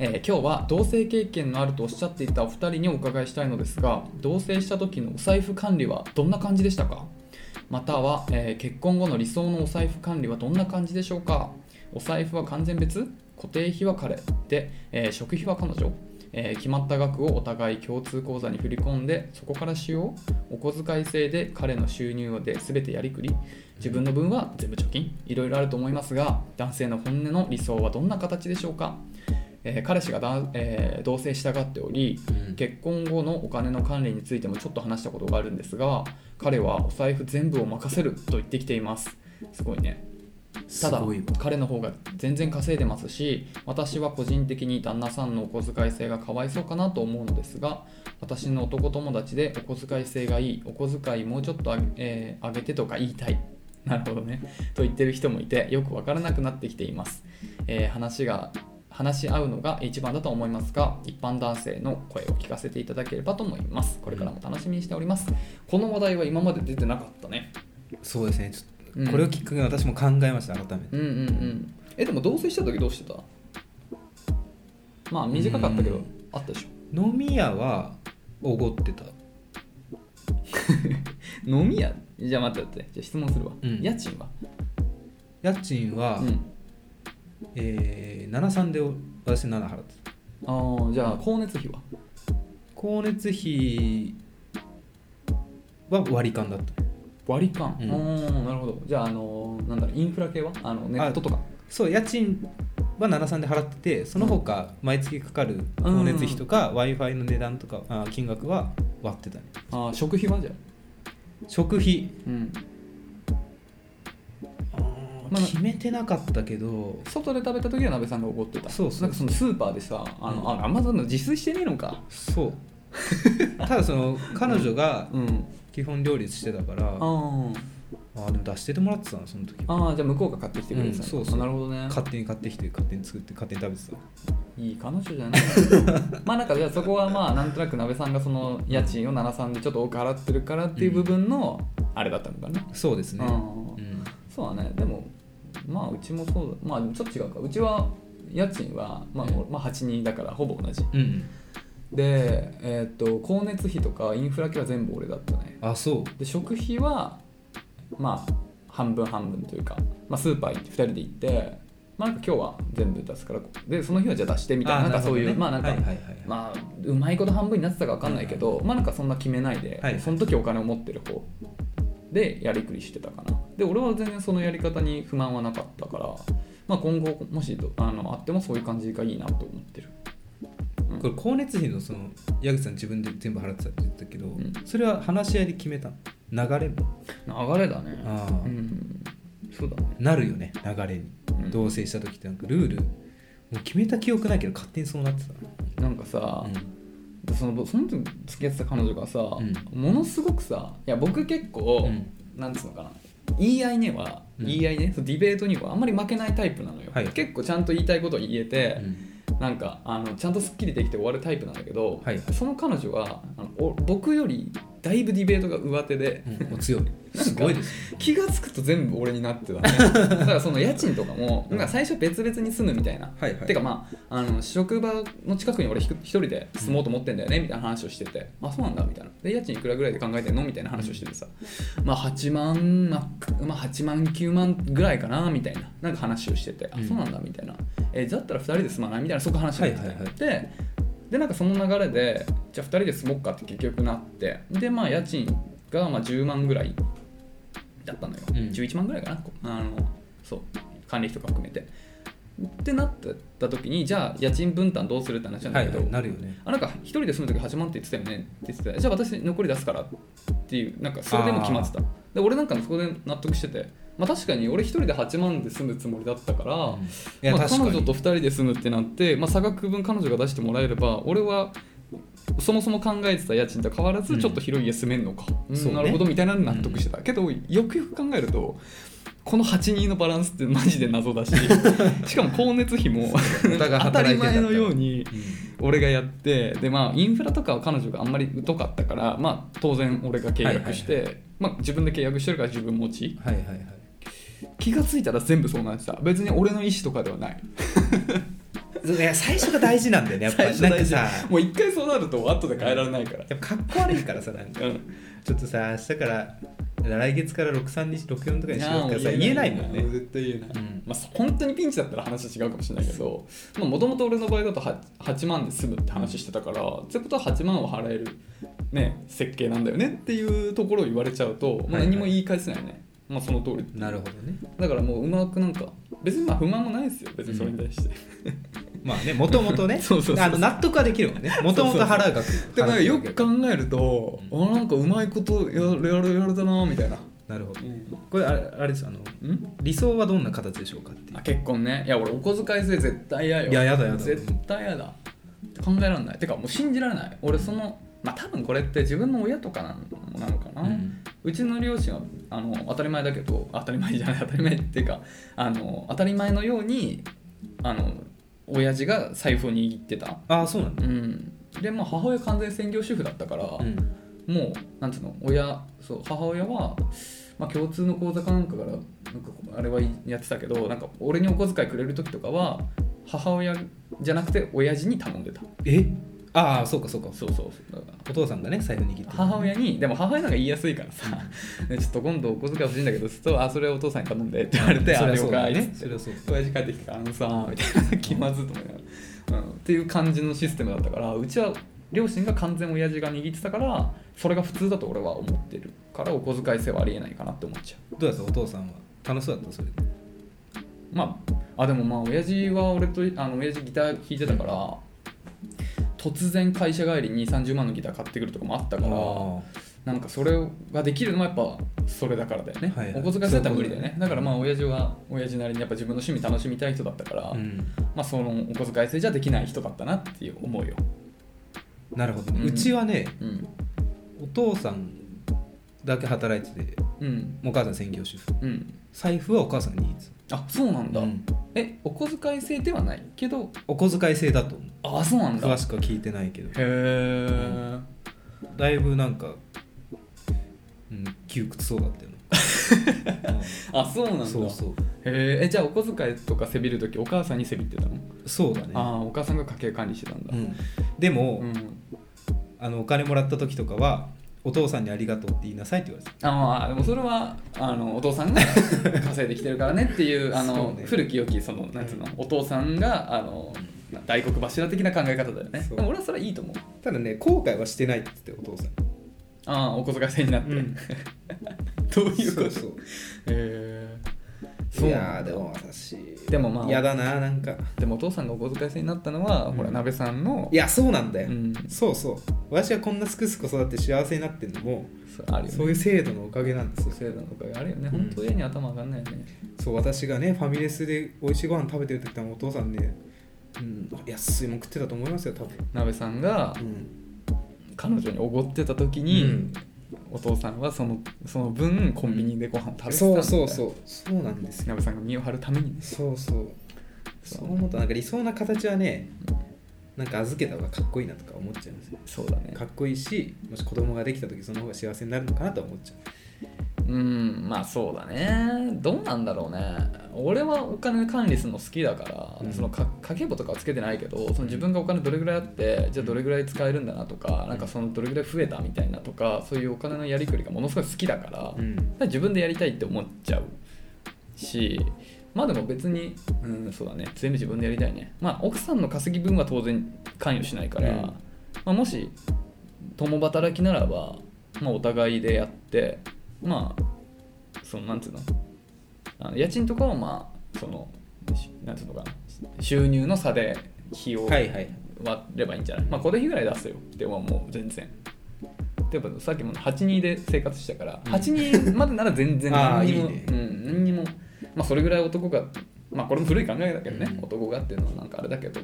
[SPEAKER 2] えー今日は同性経験のあるとおっしゃっていたお二人にお伺いしたいのですが同棲した時のお財布管理はどんな感じでしたかまたは、えー結婚後の理想のお財布管理はどんな感じでしょうかお財布は完全別固定費は彼で、えー食費は彼女、えー決まった額をお互い共通口座に振り込んでそこから使用お小遣い制で彼の収入で全てやりくり自分の分は全部貯金いろいろあると思いますが男性の本音の理想はどんな形でしょうか、えー彼氏がだん、えー同棲したがっており
[SPEAKER 1] うん
[SPEAKER 2] 結婚後のお金の管理についてもちょっと話したことがあるんですが彼はお財布全部を任せると言ってきていますすごいねただ
[SPEAKER 1] すごいわ
[SPEAKER 2] 彼の方が全然稼いでますし私は個人的に旦那さんのお小遣い制がかわいそうかなと思うのですが私の男友達でお小遣い制がいいお小遣いもうちょっとあげ,、えーあげてとか言いたい なるほどねと言ってる人もいてよくわからなくなってきています、えー話が話し合うのが一番だと思いますが一般男性の声を聞かせていただければと思いますこれからも楽しみにしておりますこの話題は今まで出てなかったね
[SPEAKER 1] そうですねちょっ
[SPEAKER 2] うん
[SPEAKER 1] とこれをきっかけに私も考えました改めて、
[SPEAKER 2] うんうんうんえでも同棲した時どうしてたまあ短かったけど
[SPEAKER 1] うん
[SPEAKER 2] あったでしょ
[SPEAKER 1] 飲み屋はおごってた
[SPEAKER 2] 飲み屋じゃあ待って待ってじゃあ質問するわ、
[SPEAKER 1] うん
[SPEAKER 2] 家賃は
[SPEAKER 1] 家賃は、
[SPEAKER 2] うん
[SPEAKER 1] えー、73で私7払ってた
[SPEAKER 2] ああじゃあ光熱費は
[SPEAKER 1] 光熱費は割り勘だった
[SPEAKER 2] 割り勘
[SPEAKER 1] うん
[SPEAKER 2] うんなるほどじゃああのーなんだろうインフラ系はあのネットとか
[SPEAKER 1] そう家賃は73で払っててその他毎月かかる光熱費とか w i f i の値段とかあー金額は割ってたね
[SPEAKER 2] あー食費はじゃあ
[SPEAKER 1] 食費
[SPEAKER 2] うんまあ
[SPEAKER 1] 決めてなかったけど
[SPEAKER 2] 外で食べた時は鍋さんが怒ってた
[SPEAKER 1] そうそう
[SPEAKER 2] なんかそのスーパーでさあの、あアマゾンの自炊してねえのか
[SPEAKER 1] そう ただその彼女が
[SPEAKER 2] うん
[SPEAKER 1] 基本料理してたから、
[SPEAKER 2] あ
[SPEAKER 1] あ
[SPEAKER 2] ー
[SPEAKER 1] ーでも出しててもらってたなその時
[SPEAKER 2] あーじゃあ向こうが買ってきてくれてたの
[SPEAKER 1] うんそうそう
[SPEAKER 2] なるほどね
[SPEAKER 1] 勝手に買ってきて勝手に作って勝手に食べて
[SPEAKER 2] いい彼女じゃ ないまあなんかじゃあそこはまあなんとなく鍋さんがその家賃を73でちょっと多く払ってるからっていう部分のあれだったのかな、
[SPEAKER 1] たそうですね
[SPEAKER 2] うん
[SPEAKER 1] うん
[SPEAKER 2] そうだねでもまあうちもそうだまあちょっと違うかうちは家賃は、まあ
[SPEAKER 1] うん
[SPEAKER 2] まあ、8人だからほぼ同じ
[SPEAKER 1] うん
[SPEAKER 2] でえーっと光熱費とかインフラ系は全部俺だったね
[SPEAKER 1] あそう
[SPEAKER 2] で食費はまあ半分半分というか、まあ、スーパー行って2人で行ってまあなんか今日は全部出すからでその日はじゃあ出してみたいななんかそういう、まあなんか、
[SPEAKER 1] はいはいはい、
[SPEAKER 2] まあうまいこと半分になってたか分かんないけど、まあなんかそんな決めないで、
[SPEAKER 1] はい
[SPEAKER 2] その時お金を持ってる方でやりくりしてたかなで俺は全然そのやり方に不満はなかったから、まあ、今後もしどあのあってもそういう感じがいいなと思ってる
[SPEAKER 1] これ光熱費のその矢口さん自分で全部払ってたって言ったけど、
[SPEAKER 2] ん
[SPEAKER 1] それは話し合いで決めたの流れも
[SPEAKER 2] 流れだね
[SPEAKER 1] ああ
[SPEAKER 2] うんそうだね
[SPEAKER 1] なるよね流れに、
[SPEAKER 2] うん
[SPEAKER 1] 同棲した時ってなんかルールもう決めた記憶ないけど勝手にそうなってたな
[SPEAKER 2] なんかさ、
[SPEAKER 1] うん
[SPEAKER 2] そのその時付き合ってた彼女がさ、
[SPEAKER 1] う
[SPEAKER 2] ものすごくさいや僕結構、
[SPEAKER 1] うん
[SPEAKER 2] なんつうのかな言い合いには、
[SPEAKER 1] うん
[SPEAKER 2] 言い合いねそのディベートにはあんまり負けないタイプなのよ、
[SPEAKER 1] はい
[SPEAKER 2] 結構ちゃんと言いたいことを言えて
[SPEAKER 1] う、ん
[SPEAKER 2] なんかあのちゃんとすっきりできて終わるタイプなんだけど、
[SPEAKER 1] はい
[SPEAKER 2] その彼女はあのお僕よりだいぶディベートが上手で、
[SPEAKER 1] うんもう強いすごいです
[SPEAKER 2] 気が付くと全部俺になって たねだからその家賃とかもなんか最初別々に住むみたいな、
[SPEAKER 1] はいはい
[SPEAKER 2] てかまああの職場の近くに俺ひく一人で住もうと思ってんだよねみたいな話をしてて、あそうなんだみたいなで家賃いくらぐらいで考えてんのみたいな話をしててさ、まあ8万、まあまあ、8万9万ぐらいかなみたいななんか話をしてて、
[SPEAKER 1] うん
[SPEAKER 2] あそうなんだみたいなえだったら2人で住まないみたいなそこ話をしてて、
[SPEAKER 1] はいはいはい
[SPEAKER 2] ででなんかその流れでじゃあ2人で住もうかって結局なってでまあ家賃がまあ10万ぐらいだったのよ、
[SPEAKER 1] うん
[SPEAKER 2] 11万ぐらいかなこあのそう管理費とか含めてってなってた時にじゃあ家賃分担どうするって話なん
[SPEAKER 1] は
[SPEAKER 2] だ
[SPEAKER 1] い
[SPEAKER 2] けど、
[SPEAKER 1] はいなるよね
[SPEAKER 2] あなんか一人で住む時8万って言ってたよねって言ってたじゃあ私残り出すからっていうなんかそれでも決まってたで俺なんかそこで納得しててまあ確かに俺一人で8万で住むつもりだったから、
[SPEAKER 1] うんいや
[SPEAKER 2] まあ、
[SPEAKER 1] 確
[SPEAKER 2] 彼
[SPEAKER 1] か
[SPEAKER 2] 女
[SPEAKER 1] に
[SPEAKER 2] と2人で住むってなって、まあ、差額分彼女が出してもらえれば俺はそもそも考えてた家賃と変わらずちょっと広い家住めんのか、うん
[SPEAKER 1] そうね
[SPEAKER 2] なるほどみたいなのに納得してた、けどよくよく考えるとこの8人のバランスってマジで 謎だししかも光熱費も
[SPEAKER 1] お互い働いてんだったら
[SPEAKER 2] 当たり前のように俺がやってでまあインフラとかは彼女があんまり疎かったからまあ当然俺が契約して、まあ、自分で契約してるから自分持ち
[SPEAKER 1] はいはいはい
[SPEAKER 2] 気がついたら全部そうなってた別に俺の意思とかではない
[SPEAKER 1] いや最初が大事なんだよねやっぱ
[SPEAKER 2] 最
[SPEAKER 1] り
[SPEAKER 2] 初
[SPEAKER 1] なんか
[SPEAKER 2] 大事
[SPEAKER 1] さ
[SPEAKER 2] もう一回そうなると後で変えられないから
[SPEAKER 1] やっぱかっこ悪いからさなんか
[SPEAKER 2] うん
[SPEAKER 1] ちょっとさ明日から来月から63日64とかにしようとかさ
[SPEAKER 2] いや
[SPEAKER 1] 言えないもんね
[SPEAKER 2] 絶対言えない、
[SPEAKER 1] うん
[SPEAKER 2] まあ、本当にピンチだったら話は違うかもしれないけどもともと俺の場合だと 8, 8万で済むって話してたからってことは8万を払える、ね、設計なんだよねっていうところを言われちゃうと、
[SPEAKER 1] はいは
[SPEAKER 2] まあ、
[SPEAKER 1] い
[SPEAKER 2] 何も言い返せないよね、まあ、その通り
[SPEAKER 1] なるほどね
[SPEAKER 2] だからもううまくなんか別にまあ不満もないですよ別にそれに対して、
[SPEAKER 1] まあねもともと ね
[SPEAKER 2] そうそうそう
[SPEAKER 1] あの納得はできるもんねもともと払う額
[SPEAKER 2] でもなんかよ
[SPEAKER 1] 払っ
[SPEAKER 2] く
[SPEAKER 1] てるわ
[SPEAKER 2] 考えると、あなんかうまいことやるやるやるだなみたいな、
[SPEAKER 1] けなるほど
[SPEAKER 2] うん
[SPEAKER 1] これあれあれですあの理想はどんな形でしょうかっていう
[SPEAKER 2] あ結婚ねいや俺お小遣い制絶対嫌よ
[SPEAKER 1] いややだやだ
[SPEAKER 2] 絶対嫌だ考えられないてかもう信じられない俺そのまあ多分これって自分の親とかなのなのかな、
[SPEAKER 1] う
[SPEAKER 2] う
[SPEAKER 1] ん
[SPEAKER 2] ちの両親はあの当たり前だけど当たり前じゃない当たり前っていうかあの当たり前のようにあの親父が財布を握ってた
[SPEAKER 1] ああそうなんだ
[SPEAKER 2] うんでまあ母親完全専業主婦だったから、
[SPEAKER 1] うん
[SPEAKER 2] もうなんつうの親そう母親は、まあ、共通の口座かなんかからなんかあれはやってたけどなんか俺にお小遣いくれる時とかは母親じゃなくて親父に頼んでた
[SPEAKER 1] えああそうかそうか
[SPEAKER 2] そうそうそうだから
[SPEAKER 1] お父さんがね財布握ってる
[SPEAKER 2] 母親にでも母親なんか言いやすいからさ 「ねちょっと今度お小遣い欲しいんだけど」つっと「あそれお父さんに頼んで」って言われて「
[SPEAKER 1] そ
[SPEAKER 2] あ
[SPEAKER 1] り
[SPEAKER 2] れ
[SPEAKER 1] ゃ
[SPEAKER 2] を
[SPEAKER 1] そう
[SPEAKER 2] か
[SPEAKER 1] だ
[SPEAKER 2] い」っ
[SPEAKER 1] ね
[SPEAKER 2] つ
[SPEAKER 1] そ
[SPEAKER 2] って
[SPEAKER 1] りゃそうだ
[SPEAKER 2] 親父帰ってきたから「あのさ」みたいな気まずいと思いながら、うん、っていう感じのシステムだったからうちは両親が完全親父が握ってたからそれが普通だと俺は思ってるからお小遣い制はありえないかなって思っちゃう
[SPEAKER 1] どうだったお父さんは楽しそうだったそれ
[SPEAKER 2] まああでもまあ親父は俺とあの親父ギター弾いてたから突然会社帰りに3 0万のギター買ってくるとかもあったから
[SPEAKER 1] あ
[SPEAKER 2] なんかそれができるのはやっぱそれだからだよね、
[SPEAKER 1] はいはい
[SPEAKER 2] お小遣い制だったら無理だよねだからまあ親父は親父なりにやっぱ自分の趣味楽しみたい人だったから、
[SPEAKER 1] あうん
[SPEAKER 2] まあそのお小遣い制じゃできない人だったなっていう思いを、
[SPEAKER 1] なるほどね
[SPEAKER 2] うん
[SPEAKER 1] うちはね
[SPEAKER 2] うん
[SPEAKER 1] お父さんだけ働いてて
[SPEAKER 2] うん
[SPEAKER 1] お母さん専業主婦
[SPEAKER 2] うん、
[SPEAKER 1] 財布はお母さんにいつ
[SPEAKER 2] あそうなんだ、
[SPEAKER 1] も
[SPEAKER 2] えお小遣い制ではないけど
[SPEAKER 1] お小遣い制だと思う
[SPEAKER 2] あそうなんだ
[SPEAKER 1] 詳
[SPEAKER 2] へ
[SPEAKER 1] しくは聞いてないけど
[SPEAKER 2] え
[SPEAKER 1] だいぶなんか、うん、窮屈そうだったよ な、
[SPEAKER 2] あそうなん
[SPEAKER 1] う
[SPEAKER 2] だ
[SPEAKER 1] んそうそう
[SPEAKER 2] へーえじゃあお小遣いとかせびるときお母さんにせびってたの、
[SPEAKER 1] そうだね
[SPEAKER 2] ああお母さんが家計管理してたん
[SPEAKER 1] う
[SPEAKER 2] だ
[SPEAKER 1] ん、でも、
[SPEAKER 2] うん
[SPEAKER 1] あのお金もらった時とかはお父さんにありがとうって言いなさいって言われて
[SPEAKER 2] ああでもそれはあのお父さ んが稼いできてるからねっていうあ
[SPEAKER 1] そ
[SPEAKER 2] の
[SPEAKER 1] うね
[SPEAKER 2] 古き良きそのなんつうのお父さんがあの大黒柱的な考え方だよね
[SPEAKER 1] そう
[SPEAKER 2] でも俺はそれはいいと思う
[SPEAKER 1] たただね後悔はしてないって言ってお父さん
[SPEAKER 2] ああお小遣い制になって、
[SPEAKER 1] うん
[SPEAKER 2] どういうこ と
[SPEAKER 1] そう
[SPEAKER 2] へ
[SPEAKER 1] そ
[SPEAKER 2] そうう
[SPEAKER 1] い
[SPEAKER 2] なん
[SPEAKER 1] や
[SPEAKER 2] だ
[SPEAKER 1] ーでも私
[SPEAKER 2] でもまあ
[SPEAKER 1] 嫌だななんか
[SPEAKER 2] でもお父さんがお小遣い制になったのは、
[SPEAKER 1] うん
[SPEAKER 2] ほら鍋さんの
[SPEAKER 1] いやそうなんだよ、
[SPEAKER 2] うん
[SPEAKER 1] そうそう私がこんなすくすく育って幸せになってるのも
[SPEAKER 2] そうあるよね
[SPEAKER 1] そういう制度のおかげなんですよ
[SPEAKER 2] 制度のおかげあるよね
[SPEAKER 1] うん
[SPEAKER 2] 本当家に頭上がんないよね、
[SPEAKER 1] そう私がねファミレスで美味しいご飯食べてる時多分お父さんね、うん、安いもん食ってたと思いますよ多分、
[SPEAKER 2] 鍋さんが
[SPEAKER 1] うん
[SPEAKER 2] 彼女におごってた時に、お父さんはそのその分コンビニでご飯食べてたんだよ
[SPEAKER 1] そうそうそうそうなんですよ
[SPEAKER 2] 鍋さんが身を張るためにね
[SPEAKER 1] そうそうそう思うとなんか理想な形はねなんか預けた方がかっこいいなとか思っちゃうんですよ
[SPEAKER 2] そうだね
[SPEAKER 1] かっこいいしもし子供ができた時その方が幸せになるのかなとは思っちゃう
[SPEAKER 2] うんまあそうだねどうなんだろうね俺はお金管理するの好きだから、
[SPEAKER 1] うん
[SPEAKER 2] そのか家計簿とかはつけてないけどその自分がお金どれぐらいあってじゃあどれぐらい使えるんだなとかなんかそのどれぐらい増えたみたいなとかそういうお金のやりくりがものすごい好きだから,、だか
[SPEAKER 1] うん
[SPEAKER 2] ら自分でやりたいって思っちゃうしまあでも別にうんそうだね全部自分でやりたいねまあ奥さんの稼ぎ分は当然関与しないから、
[SPEAKER 1] うん
[SPEAKER 2] まあ、もし共働きならば、まあ、お互いでやってまあそのなんつうのあの家賃とかはまあそのしなんつうのかな収入の差で費用を
[SPEAKER 1] はい
[SPEAKER 2] 割
[SPEAKER 1] はい
[SPEAKER 2] ればいいんじゃない、まあこれ費ぐらい出すよでももう全然でもさっきも82で生活してたから、
[SPEAKER 1] うん
[SPEAKER 2] 8人までなら全然
[SPEAKER 1] あー
[SPEAKER 2] 何にも
[SPEAKER 1] いいね
[SPEAKER 2] うん、何にもまあそれぐらい男がまあこれも古い考えだけどね、
[SPEAKER 1] うん
[SPEAKER 2] 男がっていうのはなんかあれだけど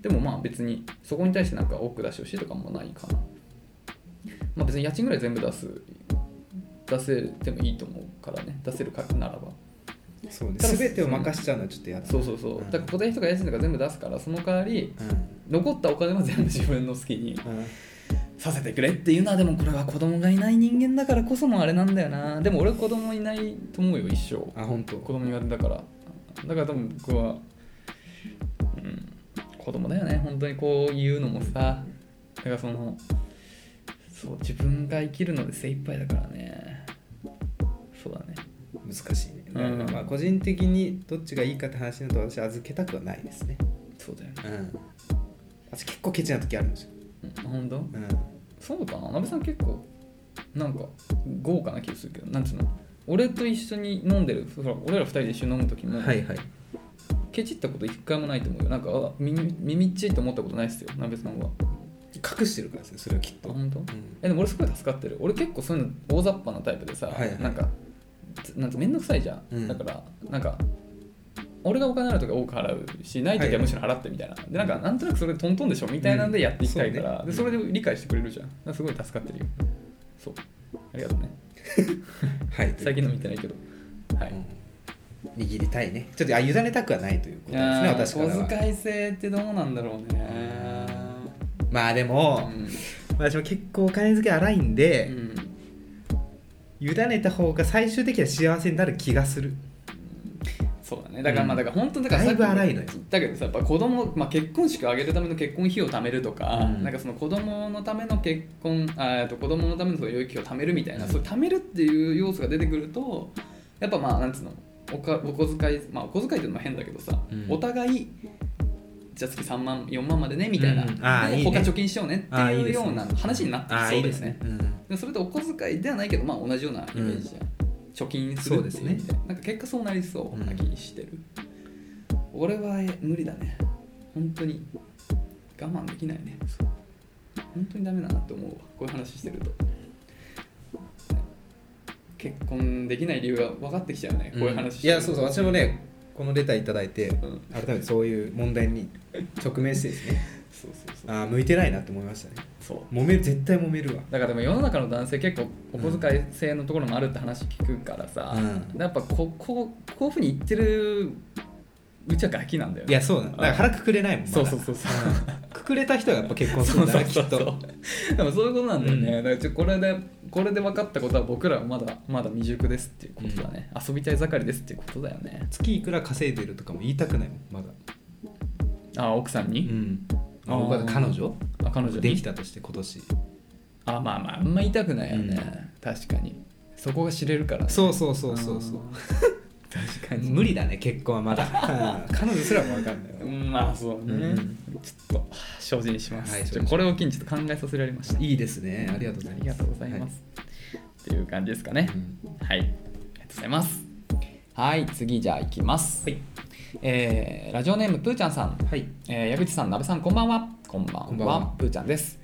[SPEAKER 2] でもまあ別にそこに対してなんか多く出してほしいとかもないかなまあ別に家賃ぐらい全部出す出せてもいいと思うからね出せる額ならば
[SPEAKER 1] そうで
[SPEAKER 2] ただ
[SPEAKER 1] す全てを任しちゃうのはちょっとやだ
[SPEAKER 2] そうそうそうだから固定費とか家賃とか全部出すからその代わり
[SPEAKER 1] うん
[SPEAKER 2] 残ったお金は全部自分の好きに
[SPEAKER 1] うん
[SPEAKER 2] させてくれっていうのはでもこれは子供がいない人間だからこそのあれなんだよなでも俺子供いないと思うよ一生
[SPEAKER 1] あ本当
[SPEAKER 2] 子供苦手だからだから多分僕は、うん、子供だよね本当にこう言うのもさだからそのそう自分が生きるので精一杯だからねそうだね
[SPEAKER 1] 難しいね、
[SPEAKER 2] うん
[SPEAKER 1] だからまあ個人的にどっちがいいかって話になると私預けたくはないですね
[SPEAKER 2] そうだよね、
[SPEAKER 1] うん私結構ケチな時あるんですよ、
[SPEAKER 2] うん、本当
[SPEAKER 1] うん、
[SPEAKER 2] そうかな鍋さん結構なんか豪華な気がするけどなんつうの俺と一緒に飲んでるほら俺ら二人で一緒に飲む時も、
[SPEAKER 1] はいはい
[SPEAKER 2] ケチったこと一回もないと思うよなんかあ耳耳っちいと思ったことないっすよ鍋さんは
[SPEAKER 1] 隠してるからですねそれはきっ
[SPEAKER 2] あ
[SPEAKER 1] と、うん、
[SPEAKER 2] 本当えでも俺すごい助かってる俺結構そういうの大雑把なタイプでさ、
[SPEAKER 1] はいはい
[SPEAKER 2] なんかつなんか面倒くさいじゃん、
[SPEAKER 1] うん
[SPEAKER 2] だからなんか俺がお金ある時は多く払うしない時はむしろ払ってみたいな、でなんかなんとなくそれでトントンでしょみたいなんでやっていきたいから、
[SPEAKER 1] うん
[SPEAKER 2] で
[SPEAKER 1] そ
[SPEAKER 2] そう
[SPEAKER 1] ね
[SPEAKER 2] れで理解してくれるじゃんだからすごい助かってるよそうありがとうね
[SPEAKER 1] はい
[SPEAKER 2] 最近の見てないけどはい、
[SPEAKER 1] うん握りたいねちょっとあ委ねたくはないということですね
[SPEAKER 2] あー
[SPEAKER 1] 私から
[SPEAKER 2] 小
[SPEAKER 1] は
[SPEAKER 2] 遣い制ってどうなんだろうね
[SPEAKER 1] まあで
[SPEAKER 2] う
[SPEAKER 1] も、
[SPEAKER 2] ん、
[SPEAKER 1] 私も結構お金付け荒いんで、
[SPEAKER 2] うん
[SPEAKER 1] 委ねた方が最終的には幸せになる気がする
[SPEAKER 2] そうだねだからまあ
[SPEAKER 1] うん
[SPEAKER 2] だから本当だから
[SPEAKER 1] だいぶ
[SPEAKER 2] さっきも
[SPEAKER 1] 荒いのよ
[SPEAKER 2] 言ったけどさやっぱ子供、まあ、結婚式を挙げるための結婚費用を貯めるとか、
[SPEAKER 1] うん
[SPEAKER 2] なんかその子供のための結婚あーえっと子供のためのそういう養育費を貯めるみたいな、そういう貯めるっていう要素が出てくるとやっぱまあなんつうのおかお小遣いまあお小遣いっていうのも変だけどさ、
[SPEAKER 1] うん
[SPEAKER 2] お互いじゃあ月3万4万までねみたいな、
[SPEAKER 1] うんあー
[SPEAKER 2] で
[SPEAKER 1] いいね
[SPEAKER 2] 他貯金しようねって
[SPEAKER 1] ああいい
[SPEAKER 2] いう
[SPEAKER 1] です
[SPEAKER 2] よ
[SPEAKER 1] ね
[SPEAKER 2] うな話になってきそう
[SPEAKER 1] あ
[SPEAKER 2] だ
[SPEAKER 1] ーい
[SPEAKER 2] よ
[SPEAKER 1] いです
[SPEAKER 2] ね
[SPEAKER 1] ね。うん
[SPEAKER 2] でそれとお小遣いではないけど、まあ、同じようなイメージじゃん、貯金するっていう意味
[SPEAKER 1] そうです
[SPEAKER 2] でなんか結果そうなりそうな気してる、俺はえ無理だね本当に我慢できないね本当にダメだなって思うわこういう話してると結婚できない理由が分かってきちゃうね、こういう話し
[SPEAKER 1] い
[SPEAKER 2] てる
[SPEAKER 1] やそうそう私もねこのレターいただいて、
[SPEAKER 2] ん
[SPEAKER 1] 改めてそういう問題に直面してですね
[SPEAKER 2] そうそうそう
[SPEAKER 1] ああ向いてないなって思いましたね
[SPEAKER 2] そう
[SPEAKER 1] 揉める絶対揉めるわ
[SPEAKER 2] だからでも世の中の男性結構お小遣い制のところもあるって話聞くからさ、
[SPEAKER 1] う
[SPEAKER 2] やっぱここうこういうふうに言ってるうちはガキなんだよ
[SPEAKER 1] い
[SPEAKER 2] ね
[SPEAKER 1] やそうなのだから腹くくれないもんまだ
[SPEAKER 2] そうそうそうそう
[SPEAKER 1] うんくくれた人がやっぱ結婚す
[SPEAKER 2] そ
[SPEAKER 1] る
[SPEAKER 2] う
[SPEAKER 1] だ
[SPEAKER 2] んそ
[SPEAKER 1] な
[SPEAKER 2] う
[SPEAKER 1] き
[SPEAKER 2] そう
[SPEAKER 1] っと
[SPEAKER 2] そうでもそういうことなんだよね、だからちょこれでこれで分かったことは僕らはまだまだ未熟ですっていうことだね、遊びたい盛りですっていうことだよね
[SPEAKER 1] 月いくら稼いでるとかも言いたくないもんまだ
[SPEAKER 2] あ奥さん
[SPEAKER 1] う
[SPEAKER 2] に、
[SPEAKER 1] ん
[SPEAKER 2] あー
[SPEAKER 1] 僕は彼女
[SPEAKER 2] あ彼女に
[SPEAKER 1] できたとして今年
[SPEAKER 2] あまあまああんま言いたくないよね、確かにそこが知れるからね、
[SPEAKER 1] そうそうそうそうそう
[SPEAKER 2] あー 確かに
[SPEAKER 1] 無理だね結婚はまだうん彼女すらも分かんないわ
[SPEAKER 2] まあそうね、
[SPEAKER 1] うん
[SPEAKER 2] ちょっと精進します、
[SPEAKER 1] はい
[SPEAKER 2] ちょこれを機にちょっと考えさせられました
[SPEAKER 1] いいですねありがとうござ
[SPEAKER 2] あ
[SPEAKER 1] います
[SPEAKER 2] りがとうございます、っていう感じですか
[SPEAKER 1] は
[SPEAKER 2] ね
[SPEAKER 1] い、うん
[SPEAKER 2] はいありがとうございますはい次じゃあいきます、
[SPEAKER 1] はい
[SPEAKER 2] えーラジオネームぷーちゃんさん、
[SPEAKER 1] はい
[SPEAKER 2] えー矢口さんなべさんこんばんはこんばんは
[SPEAKER 1] こんばんは
[SPEAKER 2] ぷーちゃんです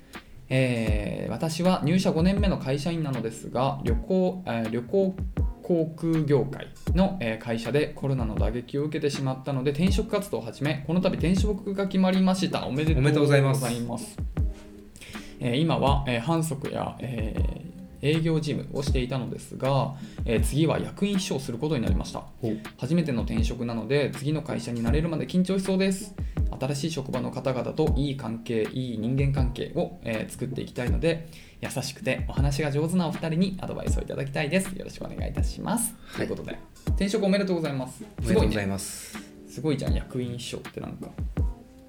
[SPEAKER 2] えー私は入社5年目の会社員なのですが旅行,、えー旅行航空業界の、えー会社でコロナの打撃を受けてしまったので転職活動を始めこの度転職が決まりましたおめでと
[SPEAKER 1] おめでと
[SPEAKER 2] う
[SPEAKER 1] う
[SPEAKER 2] ご
[SPEAKER 1] ご
[SPEAKER 2] ざ
[SPEAKER 1] ざ
[SPEAKER 2] い
[SPEAKER 1] い
[SPEAKER 2] ま
[SPEAKER 1] ますす
[SPEAKER 2] えー今は、えー販促や、えー営業事務をしていたのですが、えー次は役員秘書をすることになりました
[SPEAKER 1] ほう
[SPEAKER 2] 初めての転職なので次の会社に慣れるまで緊張しそうです新しい職場の方々といい関係いい人間関係を、えー作っていきたいので優しくてお話が上手なお二人にアドバイスをいただきたいですよろしくお願いいたします、
[SPEAKER 1] はい
[SPEAKER 2] ということで転職おめでとうございます
[SPEAKER 1] おめ
[SPEAKER 2] す
[SPEAKER 1] でとう
[SPEAKER 2] ごい
[SPEAKER 1] ござい
[SPEAKER 2] ね
[SPEAKER 1] ます
[SPEAKER 2] すごいじゃん役員秘書ってなんか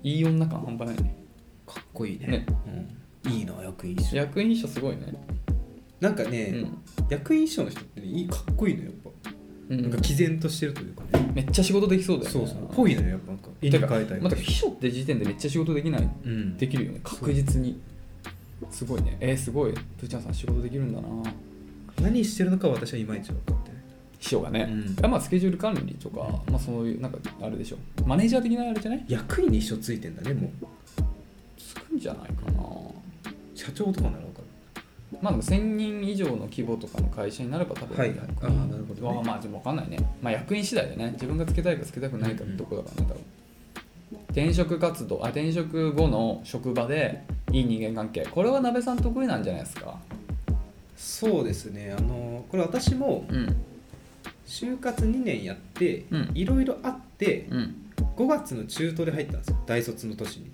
[SPEAKER 2] いい女感半端ないね
[SPEAKER 1] かっこいいね
[SPEAKER 2] ね
[SPEAKER 1] うんいいな役員秘書
[SPEAKER 2] 役員秘書すごいね
[SPEAKER 1] なんか
[SPEAKER 2] う
[SPEAKER 1] ね
[SPEAKER 2] ん、
[SPEAKER 1] 役員秘書の人ってねいいかっこいいのよやっぱ
[SPEAKER 2] うん
[SPEAKER 1] なんか毅然としてるというかね
[SPEAKER 2] めっちゃ仕事できそうだよね
[SPEAKER 1] そうそうぽいのよやっぱなんか絵に
[SPEAKER 2] て
[SPEAKER 1] 描
[SPEAKER 2] か
[SPEAKER 1] いたり
[SPEAKER 2] また秘書って時点でめっちゃ仕事できない
[SPEAKER 1] うん
[SPEAKER 2] できるよね確実にすごいねえー、すごいプーちゃんさん仕事できるんだな
[SPEAKER 1] 何してるのかは私はいまいち分かってない
[SPEAKER 2] 秘書がね、
[SPEAKER 1] うん
[SPEAKER 2] あまあスケジュール管理とか、まあ、そういうなんかあれでしょマネージャー的なあれじゃない
[SPEAKER 1] 役員に秘書ついてんだねもう
[SPEAKER 2] つくんじゃないかな
[SPEAKER 1] 社長とかなら分かる
[SPEAKER 2] まあでも1000人以上の規模とかの会社になれば多分
[SPEAKER 1] はいあーなるほどね
[SPEAKER 2] まあまあでも分かんないねまあ役員次第でね自分がつけたいかつけたくないかってとこだからね多分、っ転職活動あ転職後の職場でいい人間関係これは鍋さん得意なんじゃないですか
[SPEAKER 1] そうですねあのこれ私も
[SPEAKER 2] うん
[SPEAKER 1] 就活2年やって
[SPEAKER 2] うん
[SPEAKER 1] いろいろあって
[SPEAKER 2] うん
[SPEAKER 1] 5月の中途で入ったんですよ大卒の年に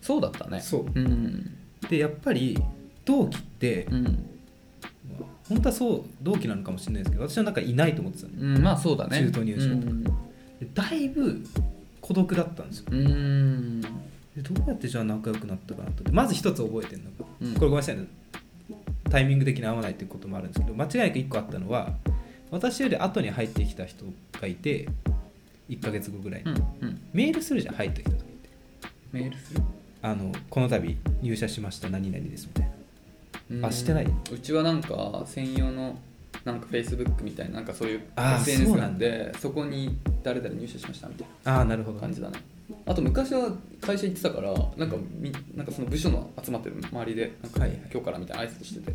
[SPEAKER 2] そうだったね
[SPEAKER 1] そう
[SPEAKER 2] うん
[SPEAKER 1] でやっぱり同期って
[SPEAKER 2] うん、
[SPEAKER 1] まあ本当はそう同期なのかもしれないですけど私はなんかいないと思ってたの
[SPEAKER 2] うん、まあそうだね
[SPEAKER 1] 中途入社
[SPEAKER 2] うん
[SPEAKER 1] でだいぶ孤独だったんですよ
[SPEAKER 2] うん
[SPEAKER 1] でどうやってじゃあ仲良くなったかなとまず一つ覚えてるのが、
[SPEAKER 2] うん
[SPEAKER 1] これごめんなさいねタイミング的に合わないっていうこともあるんですけど間違いなく1個あったのは私より後に入ってきた人がいて1ヶ月後ぐらいに、
[SPEAKER 2] うんうん
[SPEAKER 1] メールするじゃん入ってきた時って
[SPEAKER 2] メールする
[SPEAKER 1] あのこの度入社しました何々ですみたいな
[SPEAKER 2] うん
[SPEAKER 1] あしてないう
[SPEAKER 2] ちはなんか専用のなんか Facebook みたいななんかそういう
[SPEAKER 1] あー
[SPEAKER 2] SNS
[SPEAKER 1] そう
[SPEAKER 2] があ
[SPEAKER 1] な
[SPEAKER 2] っ
[SPEAKER 1] んだ
[SPEAKER 2] てそこに誰々入社しましたみたい
[SPEAKER 1] ああなるほ
[SPEAKER 2] な
[SPEAKER 1] ど
[SPEAKER 2] 感じだねあと昔は会社行ってたからなんかみなんかその部署の集まってる周りでなんか
[SPEAKER 1] はいはい
[SPEAKER 2] 今日からみたいな挨拶してて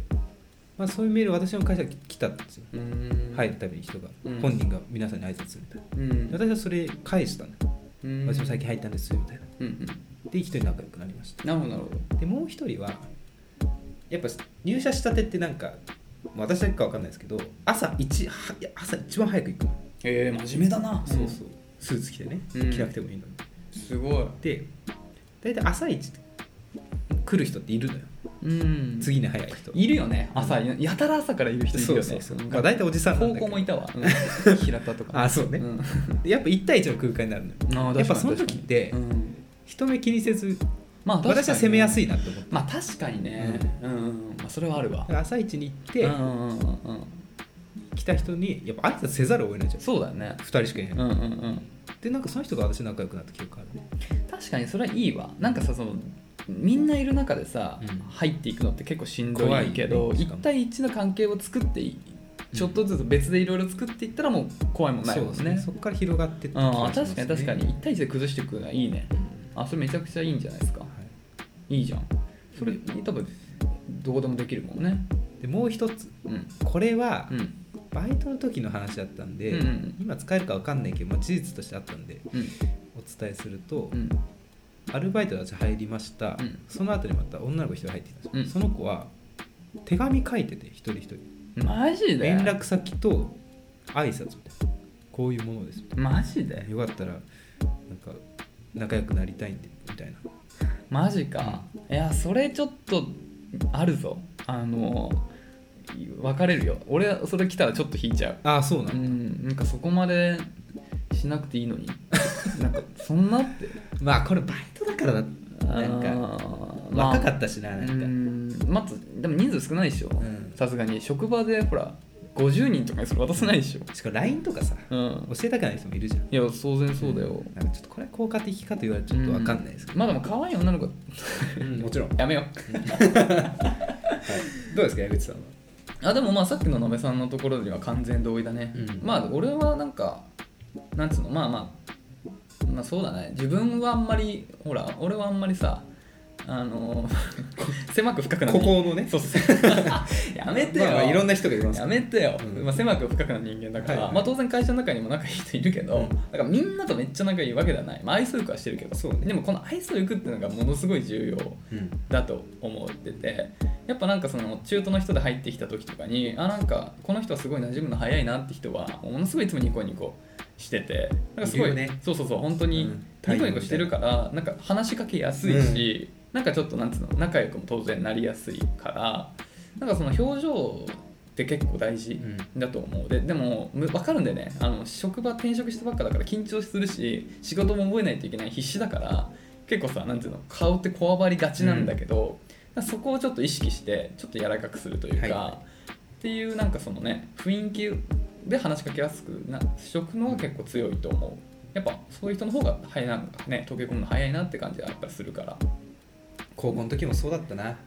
[SPEAKER 1] まあ、そういうメール私の会社に来たんですよ
[SPEAKER 2] うーん
[SPEAKER 1] 入るたびに人が、
[SPEAKER 2] うん
[SPEAKER 1] 本人が皆さんに挨拶するみたいな
[SPEAKER 2] うん
[SPEAKER 1] 私はそれ返したの、
[SPEAKER 2] うん
[SPEAKER 1] 私も最近入ったんですみたいな
[SPEAKER 2] うんうん
[SPEAKER 1] で一人仲良くなりました
[SPEAKER 2] なるほどなるほど
[SPEAKER 1] でもう一人はやっぱ入社したてってなんかまあ私だけか分かんないですけど朝一はいや朝一番早く行くの
[SPEAKER 2] えー、真面目だな
[SPEAKER 1] そうそうスーツ着てね、
[SPEAKER 2] うん
[SPEAKER 1] 着なくてもいいのに
[SPEAKER 2] うんすごい
[SPEAKER 1] で大体朝一来る人っているのよ
[SPEAKER 2] うん
[SPEAKER 1] 次に早い人
[SPEAKER 2] いるよね朝やたら朝からいる人いるよね
[SPEAKER 1] そうそうそうんまあ大体おじさんなんだ
[SPEAKER 2] 高
[SPEAKER 1] けど
[SPEAKER 2] 校もいたわ、うん 平田とか
[SPEAKER 1] あそうね
[SPEAKER 2] うん
[SPEAKER 1] でやっぱ1対1の空間になるのよ
[SPEAKER 2] あー
[SPEAKER 1] やっぱ
[SPEAKER 2] 確かに
[SPEAKER 1] その時って
[SPEAKER 2] 確かにうん
[SPEAKER 1] 人目気にせず
[SPEAKER 2] まあ確かにね
[SPEAKER 1] 私は攻めやすいなって思って
[SPEAKER 2] まあ確かにねうん、うんまあ、それはあるわ
[SPEAKER 1] だから朝一に行って、
[SPEAKER 2] うんうんうんうん
[SPEAKER 1] 来た人にやっぱ挨拶せざるを得ないじゃん
[SPEAKER 2] そうだよね
[SPEAKER 1] 2人しかいない、
[SPEAKER 2] うんうんうん
[SPEAKER 1] でなんかその人が私仲良くなった記憶あるね
[SPEAKER 2] 確かにそれはいいわなんかさそのみんないる中でさ、
[SPEAKER 1] うん
[SPEAKER 2] 入っていくのって結構しんど
[SPEAKER 1] 怖い
[SPEAKER 2] い
[SPEAKER 1] よね
[SPEAKER 2] けど
[SPEAKER 1] し
[SPEAKER 2] 一、
[SPEAKER 1] かも
[SPEAKER 2] 対一の関係を作っていちょっとずつ別でいろいろ作っていったらもう怖いもんないもんね
[SPEAKER 1] そうですねそこから広がってった気
[SPEAKER 2] あ
[SPEAKER 1] がします
[SPEAKER 2] 確かに確かに1対1で崩していくのはいいねあそれめちゃくちゃいいんじゃないですか
[SPEAKER 1] はい
[SPEAKER 2] いいじゃんそれ多分どこでもできるもんね
[SPEAKER 1] でもう一つ
[SPEAKER 2] うん
[SPEAKER 1] これは
[SPEAKER 2] うん
[SPEAKER 1] バイトの時の話だったんで、
[SPEAKER 2] うんうん
[SPEAKER 1] 今使えるか分かんないけど、まあ、事実としてあったんで
[SPEAKER 2] うん
[SPEAKER 1] お伝えすると、
[SPEAKER 2] うん
[SPEAKER 1] アルバイトで私入りました、
[SPEAKER 2] うん
[SPEAKER 1] その後にまた女の子一人入ってきたんですよ、
[SPEAKER 2] う
[SPEAKER 1] その
[SPEAKER 2] ん
[SPEAKER 1] 子は手紙書いてて一人一人
[SPEAKER 2] マジで
[SPEAKER 1] 連絡先と挨拶みたいなこういうものですみたい
[SPEAKER 2] マジで
[SPEAKER 1] なよかったらなんか仲良くなりたいんでみたいな
[SPEAKER 2] マジかいやそれちょっとあるぞあの別れるよ俺それ来たらちょっと引いちゃう
[SPEAKER 1] ああそうな
[SPEAKER 2] う
[SPEAKER 1] の、
[SPEAKER 2] んなんかそこまでしなくてい いのになんかそんなって
[SPEAKER 1] まあこれバイトだからだなんか若かったしななんか、
[SPEAKER 2] うんまずでも人数少ないでしょ
[SPEAKER 1] うん
[SPEAKER 2] さすがに職場でほら50人とかにそれ渡せないでしょ
[SPEAKER 1] しかも LINE とかさ教
[SPEAKER 2] うん
[SPEAKER 1] えたくない人もいるじゃん
[SPEAKER 2] いや当然そうだよ
[SPEAKER 1] なんかちょっとこれ効果的かと言われてちょっと分かんないですけど、
[SPEAKER 2] まあでも可愛い女の子
[SPEAKER 1] うんもちろん、
[SPEAKER 2] やめよう
[SPEAKER 1] どうですか矢口さんは
[SPEAKER 2] あでもまあさっきのなべさんのところには完全同意だね、
[SPEAKER 1] うん
[SPEAKER 2] まあ俺はなんかなんつうのまあまあまあそうだね自分はあんまりほら俺はあんまりさあの 狭く深くな
[SPEAKER 1] ここのね
[SPEAKER 2] そうそうそうやめてよ、
[SPEAKER 1] まあまあいろんな人がいます
[SPEAKER 2] やめてよ、
[SPEAKER 1] うん
[SPEAKER 2] まあ、狭く深くな人間だから、
[SPEAKER 1] はいはい
[SPEAKER 2] まあ、当然会社の中にも仲いい人いるけど、
[SPEAKER 1] うん
[SPEAKER 2] だからみんなとめっちゃ仲いいわけではない、まあ、愛想よくはしてるけど
[SPEAKER 1] そうね
[SPEAKER 2] でもこの愛想よくっていうのがものすごい重要
[SPEAKER 1] うん
[SPEAKER 2] だと思っててやっぱなんかその中途の人で入ってきた時とかにあなんかこの人はすごい馴染むの早いなって人はものすごいいつもニコニコしててなんかすごい
[SPEAKER 1] いるよね
[SPEAKER 2] そうそうそう本当
[SPEAKER 1] う
[SPEAKER 2] に
[SPEAKER 1] ん
[SPEAKER 2] ニコニコしてるから、なんか話しかけやすいし、なんかちょっとなんつうの仲良くも当然なりやすいからなんかその表情って結構大事だと思うででもむ分かるんだよねあの職場転職したばっかだから緊張するし仕事も覚えないといけない必死だから結構さなんていうの顔ってこわばりがちなんだけど、だからそこをちょっと意識してちょっと柔らかくするというか、
[SPEAKER 1] はい
[SPEAKER 2] っていうなんかそのね雰囲気で話しかけやすくなしとくのが結構強いと思うやっぱそういう人の方が早いな、ね、溶け込むの早いなって感じはやっぱりするから、
[SPEAKER 1] 高校の時もそうだったな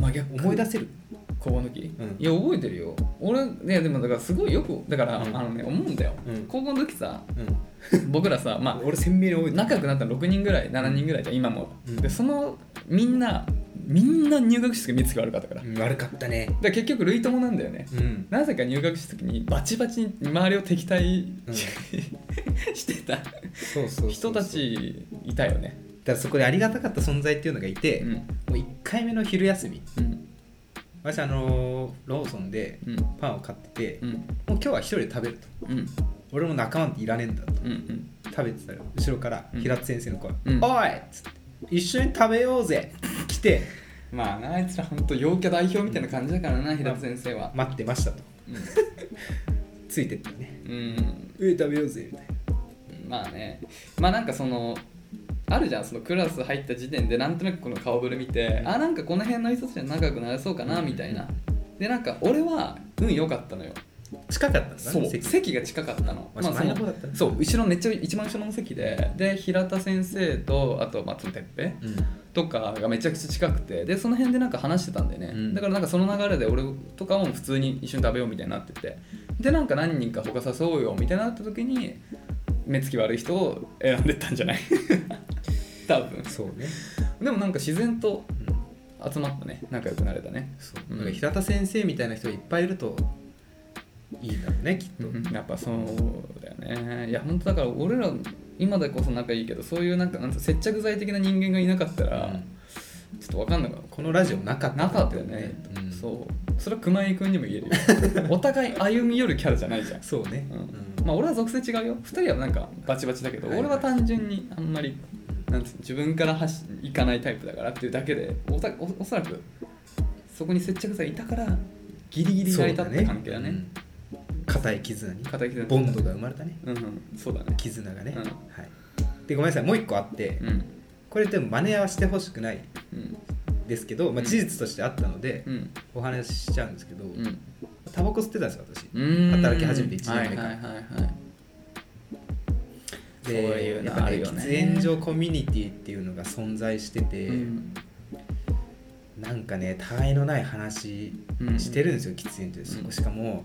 [SPEAKER 2] まあ、逆
[SPEAKER 1] 思い出せる
[SPEAKER 2] 高校の時、
[SPEAKER 1] うん
[SPEAKER 2] いや覚えてるよ俺ねでもだからすごいよくだから、
[SPEAKER 1] うん
[SPEAKER 2] あのね思うんだよ、
[SPEAKER 1] うん
[SPEAKER 2] 高校の時さ
[SPEAKER 1] うん
[SPEAKER 2] 僕らさま
[SPEAKER 1] 俺鮮明に覚えて
[SPEAKER 2] あ
[SPEAKER 1] る
[SPEAKER 2] 仲良くなったの6人ぐらい7人ぐらいじゃん今も、
[SPEAKER 1] うん
[SPEAKER 2] でそのみんなみんな入学式見つけ悪かったから、だか
[SPEAKER 1] うん悪かったね
[SPEAKER 2] ら結局類友なんだよね
[SPEAKER 1] うん
[SPEAKER 2] なぜか入学した時にバチバチに周りを敵対、
[SPEAKER 1] うん
[SPEAKER 2] して
[SPEAKER 1] そうそ
[SPEAKER 2] た
[SPEAKER 1] うそうそう
[SPEAKER 2] 人たちいたよね
[SPEAKER 1] だからそこでありがたかった存在っていうのがいて、
[SPEAKER 2] うん
[SPEAKER 1] もう1回目の昼休み
[SPEAKER 2] うん
[SPEAKER 1] 私あのーローソンで
[SPEAKER 2] うん
[SPEAKER 1] パンを買ってて、
[SPEAKER 2] う
[SPEAKER 1] もうん今日は一人で食べると
[SPEAKER 2] うん
[SPEAKER 1] 俺も仲間っていらねえんだと
[SPEAKER 2] うん
[SPEAKER 1] 食べてたら後ろから
[SPEAKER 2] うん
[SPEAKER 1] 平田先生の声「
[SPEAKER 2] うん
[SPEAKER 1] おい!」っつって「一緒に食べようぜ!」来て
[SPEAKER 2] まあなあいつら本当陽キャ代表みたいな感じだからな平田先生は
[SPEAKER 1] 待ってましたと
[SPEAKER 2] う
[SPEAKER 1] ついてってね
[SPEAKER 2] ん、うん
[SPEAKER 1] 「上食べようぜ!」みたいな
[SPEAKER 2] まあねまあなんかそのあるじゃんそのクラス入った時点でなんとなくこの顔ぶれ見て、あなんかこの辺の人たちは仲良くなれそうかなみたいな、でなんか俺は運良かったのよ
[SPEAKER 1] 近かったんだね
[SPEAKER 2] そう
[SPEAKER 1] 席
[SPEAKER 2] 席が近かったの,、
[SPEAKER 1] まあ
[SPEAKER 2] そ
[SPEAKER 1] 前の方だったね
[SPEAKER 2] そう後ろめっちゃ一番後ろの席でで平田先生とあと松本哲平
[SPEAKER 1] うん
[SPEAKER 2] とかがめちゃくちゃ近くてでその辺でなんか話してたんだよね、
[SPEAKER 1] うん
[SPEAKER 2] だからなんかその流れで俺とかも普通に一緒に食べようみたいになっててでなんか何人か他誘うよみたいになった時に目つき悪い人を選んでったんじ ゃない多分
[SPEAKER 1] そうね、
[SPEAKER 2] でもなんか自然と
[SPEAKER 1] うん、
[SPEAKER 2] 集まったね仲良くなれたね
[SPEAKER 1] そううんなんか平田先生みたいな人がいっぱいいるといいんだろうねきっと、
[SPEAKER 2] やっぱそうだよねいや本当だから俺ら今でこそ仲いいけどそういうなんかなんか接着剤的な人間がいなかったら、ちょっと分かんなかった
[SPEAKER 1] このラジオなかった
[SPEAKER 2] なかったよね、
[SPEAKER 1] うん
[SPEAKER 2] そうそれは熊井君にも言える よお互い歩み寄るキャラじゃないじゃん、
[SPEAKER 1] そうね、
[SPEAKER 2] う
[SPEAKER 1] うん
[SPEAKER 2] んまあ俺は属性違うよ2人はなんかバチバチだけど、
[SPEAKER 1] はいはい
[SPEAKER 2] 俺は単純にあんまりなんつうの自分から走行かないタイプだからっていうだけでおたおおそらくそこに接着剤いたからギリギリ成り立った関係
[SPEAKER 1] そうだ
[SPEAKER 2] だね
[SPEAKER 1] ねうん固い絆に
[SPEAKER 2] 片絆
[SPEAKER 1] ボンドが生まれたね
[SPEAKER 2] うん、うん、そうだね
[SPEAKER 1] 絆がね、
[SPEAKER 2] うん
[SPEAKER 1] はいでごめんなさいもう一個あって、
[SPEAKER 2] うん
[SPEAKER 1] これでも真似はしてほしくない
[SPEAKER 2] うん
[SPEAKER 1] ですけど、まあ、事実としてあったので、
[SPEAKER 2] うん
[SPEAKER 1] お話ししちゃうんですけど、
[SPEAKER 2] うん
[SPEAKER 1] タバコ吸ってたんですよ私
[SPEAKER 2] うん
[SPEAKER 1] 働き始めて1年目から
[SPEAKER 2] はいはいはいはいそう
[SPEAKER 1] で
[SPEAKER 2] いうの
[SPEAKER 1] やっぱ
[SPEAKER 2] ある
[SPEAKER 1] ね
[SPEAKER 2] よね
[SPEAKER 1] 喫煙所コミュニティっていうのが存在してて、
[SPEAKER 2] うん
[SPEAKER 1] なんかねたわいのない話
[SPEAKER 2] うん
[SPEAKER 1] してるんですよ、喫煙所でそこしかも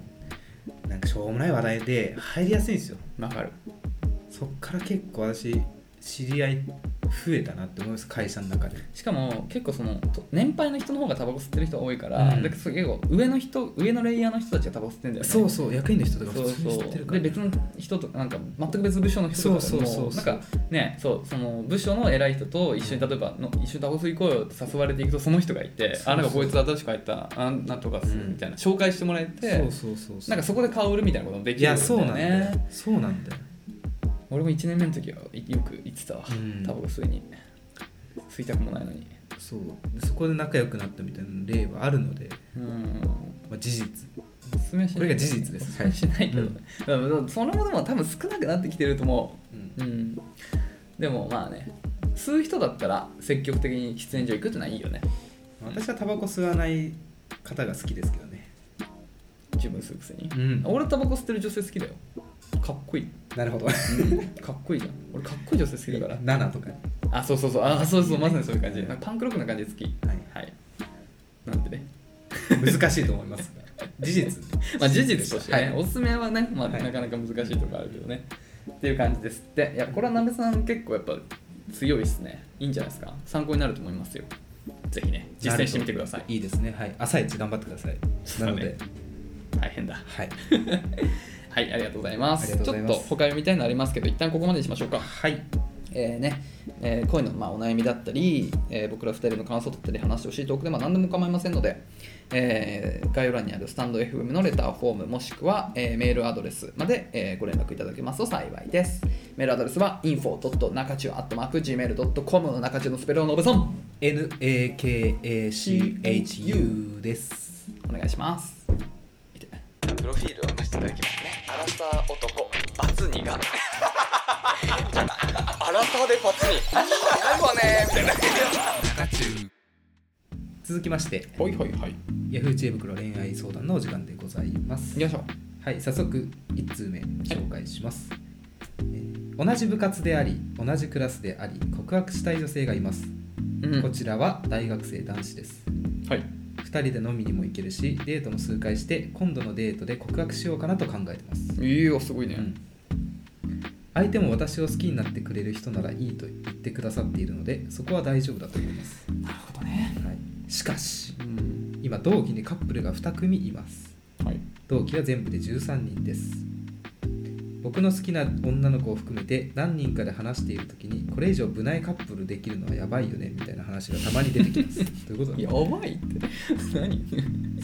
[SPEAKER 1] なんかしょうもない話題で入りやすいんですよ
[SPEAKER 2] わかる
[SPEAKER 1] そっから結構私知り合い増えたなって思います会社の中で
[SPEAKER 2] しかも結構そのと年配の人の方がタバコ吸ってる人が多いから、
[SPEAKER 1] うん
[SPEAKER 2] だからそう結構上の人上のレイヤーの人たちがタバコ吸ってんだよね
[SPEAKER 1] そうそう役員の人
[SPEAKER 2] そ
[SPEAKER 1] とか
[SPEAKER 2] う
[SPEAKER 1] 普通に知ってる
[SPEAKER 2] そう
[SPEAKER 1] から
[SPEAKER 2] で、別の人とかなんか全く別部署の人とか
[SPEAKER 1] そうそうそうそう
[SPEAKER 2] なんかねそうその部署の偉い人と一緒に例えばの一緒にタバコ吸い行こうよって誘われていくとその人がいて
[SPEAKER 1] そうそう
[SPEAKER 2] あなんかこいつ新しく入ったあなんとかするみたいな、紹介してもらえて
[SPEAKER 1] そうそうそうそう
[SPEAKER 2] なんかそこで顔売るみたいなこともでき
[SPEAKER 1] い
[SPEAKER 2] る
[SPEAKER 1] やそうなんだよ
[SPEAKER 2] ね
[SPEAKER 1] そうなんだよ
[SPEAKER 2] 俺も1年目の時はいよく行ってたわ、
[SPEAKER 1] うん
[SPEAKER 2] タバコ吸いに吸いたくもないのに
[SPEAKER 1] そうでそこで仲良くなったみたいな例はあるので、
[SPEAKER 2] うん
[SPEAKER 1] まあ、事実
[SPEAKER 2] おすすめはしな
[SPEAKER 1] こ
[SPEAKER 2] い
[SPEAKER 1] れが事実です
[SPEAKER 2] おすすめはしないけど、うんそのものも多分少なくなってきてると思
[SPEAKER 1] うん
[SPEAKER 2] う、うん、でもまあね吸う人だったら積極的に喫煙所行くってのはいいよね
[SPEAKER 1] 私はタバコ吸わない方が好きですけどね
[SPEAKER 2] 自分吸うくせに、
[SPEAKER 1] うん
[SPEAKER 2] 俺タバコ吸ってる女性好きだよかっこい い、
[SPEAKER 1] なるほど
[SPEAKER 2] かっこいいじゃん俺かっこいい女性好きだから
[SPEAKER 1] 7とかね
[SPEAKER 2] あそうそうそうあそうそうまさにそういう感じなんかパンクロックな感じ好き
[SPEAKER 1] はい
[SPEAKER 2] はいなんでね
[SPEAKER 1] 難しいと思い ますが事実
[SPEAKER 2] まあ、事実としてね、
[SPEAKER 1] はい
[SPEAKER 2] おすすめはね、まあ、
[SPEAKER 1] は
[SPEAKER 2] ないかなか難しいところあるけどね、っていう感じですっていやこれはなべさん結構やっぱ強いですねいいんじゃないですか参考になると思いますよぜひね実践してみてください
[SPEAKER 1] いいですねはい朝一頑張ってください
[SPEAKER 2] そう
[SPEAKER 1] なの
[SPEAKER 2] だね
[SPEAKER 1] で
[SPEAKER 2] 大変だ
[SPEAKER 1] はい
[SPEAKER 2] はいありがとうございま
[SPEAKER 1] あり
[SPEAKER 2] す
[SPEAKER 1] がとうございます
[SPEAKER 2] ちょっと他読みたいのありますけど一旦ここまでにしましょうか
[SPEAKER 1] はい
[SPEAKER 2] えーねえー恋の、まあ、お悩みだったり、えー僕ら2人の感想だったり話してほしいトークでも何でも構いませんので、えー概要欄にあるスタンド FM のレターフォームもしくは、えーメールアドレスまで、えーご連絡いただけますと幸いですメールアドレスは info.nakachu.gmail.com の中中のスペルをのぶそん
[SPEAKER 1] NAKACHU です
[SPEAKER 2] お願いします見てプロフィールを出していただきますねアラサー男バツ2が アラサーでバツ2ないわねみたいな
[SPEAKER 1] 続きまして
[SPEAKER 2] ほいほいはい
[SPEAKER 1] ヤフー知恵袋恋愛相談のお時間でございます
[SPEAKER 2] よいしょ
[SPEAKER 1] はい早速1通目紹介します、えー同じ部活であり同じクラスであり告白したい女性がいます、
[SPEAKER 2] うん
[SPEAKER 1] こちらは大学生男子です
[SPEAKER 2] はい
[SPEAKER 1] 2人で飲みにも行けるしデートも数回して今度のデートで告白しようかなと考えてます、
[SPEAKER 2] いいよすごいね、
[SPEAKER 1] うん相手も私を好きになってくれる人ならいいと言ってくださっているのでそこは大丈夫だと思います、
[SPEAKER 2] なるほどね
[SPEAKER 1] はい、しかし
[SPEAKER 2] うん
[SPEAKER 1] 今同期にカップルが2組います
[SPEAKER 2] はい
[SPEAKER 1] 同期は全部で13人です僕の好きな女の子を含めて何人かで話している時にこれ以上部内カップルできるのはやばいよねみたいな話がたまに出てきます ということ
[SPEAKER 2] や
[SPEAKER 1] は
[SPEAKER 2] ばいって何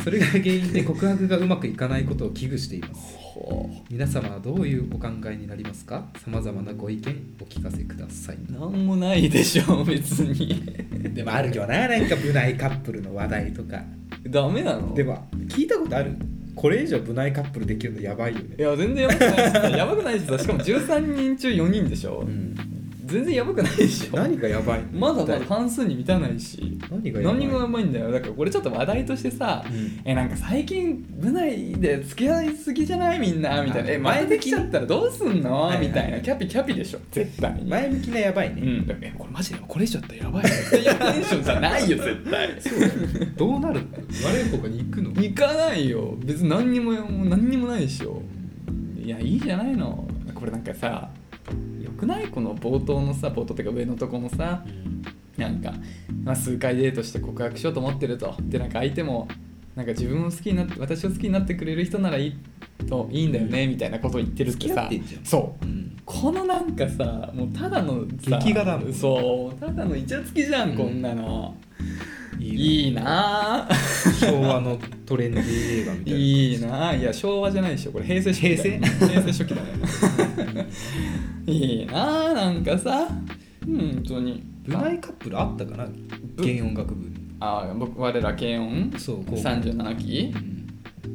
[SPEAKER 1] それが原因で告白がうまくいかないことを危惧しています
[SPEAKER 2] ほ
[SPEAKER 1] 皆様はどういうお考えになりますか様々なご意見お聞かせください
[SPEAKER 2] うなんもないでしょ別に
[SPEAKER 1] でもあるよななんか部内カップルの話題とか
[SPEAKER 2] ダメなの
[SPEAKER 1] でも聞いたことあるこれ以上部内カップルできるのやばいよ
[SPEAKER 2] い
[SPEAKER 1] ね
[SPEAKER 2] や全然やばくないですよやばくないですよしかも13人中4人でしょ、
[SPEAKER 1] ん
[SPEAKER 2] 全然やばくないでしょ
[SPEAKER 1] 何がやばい
[SPEAKER 2] まだまだ半数に満たないし
[SPEAKER 1] 何がやばい
[SPEAKER 2] 何がうまいんだよだからこれちょっと話題としてさ、
[SPEAKER 1] うん
[SPEAKER 2] えなんか最近部内で付き合いすぎじゃないみんなみたいな
[SPEAKER 1] あ
[SPEAKER 2] え前できちゃったらどうすんの、
[SPEAKER 1] はいはい
[SPEAKER 2] みたいなキャピキャピでしょ絶対に、
[SPEAKER 1] 前向きなやばいうね、
[SPEAKER 2] ん、だからえこれマジでこれ以上やったらやばいよっていうテンションじゃないよ絶対
[SPEAKER 1] どうなるの悪い方向に行くの
[SPEAKER 2] 行かないよ別に何にももう何にもないでしょいやいいじゃないのこれなんかさよくないこの冒頭のさ冒頭っていうか上のとこのさなんか、まあ、数回デートして告白しようと思ってるとでなんか相手もなんか自分を好きになって私を好きになってくれる人ならいいといいんだよねみたいなことを言ってるっ
[SPEAKER 1] 付
[SPEAKER 2] て
[SPEAKER 1] き合
[SPEAKER 2] さ
[SPEAKER 1] ってんじゃん
[SPEAKER 2] そう
[SPEAKER 1] うん
[SPEAKER 2] このなんかさもうただのさ
[SPEAKER 1] 劇画だもん
[SPEAKER 2] そうただのイチャつきじゃん、
[SPEAKER 1] うん
[SPEAKER 2] こんなの
[SPEAKER 1] いい
[SPEAKER 2] いいなあ
[SPEAKER 1] 昭和のトレンディ映画みたいない
[SPEAKER 2] いなあいや昭和じゃないでしょこれ平成初期 だよ平成初期だねいいなあなんかさ本当に
[SPEAKER 1] 部内カップルあったかな弦音楽部に
[SPEAKER 2] ああ僕我ら軽音
[SPEAKER 1] そうこう
[SPEAKER 2] 37期
[SPEAKER 1] うん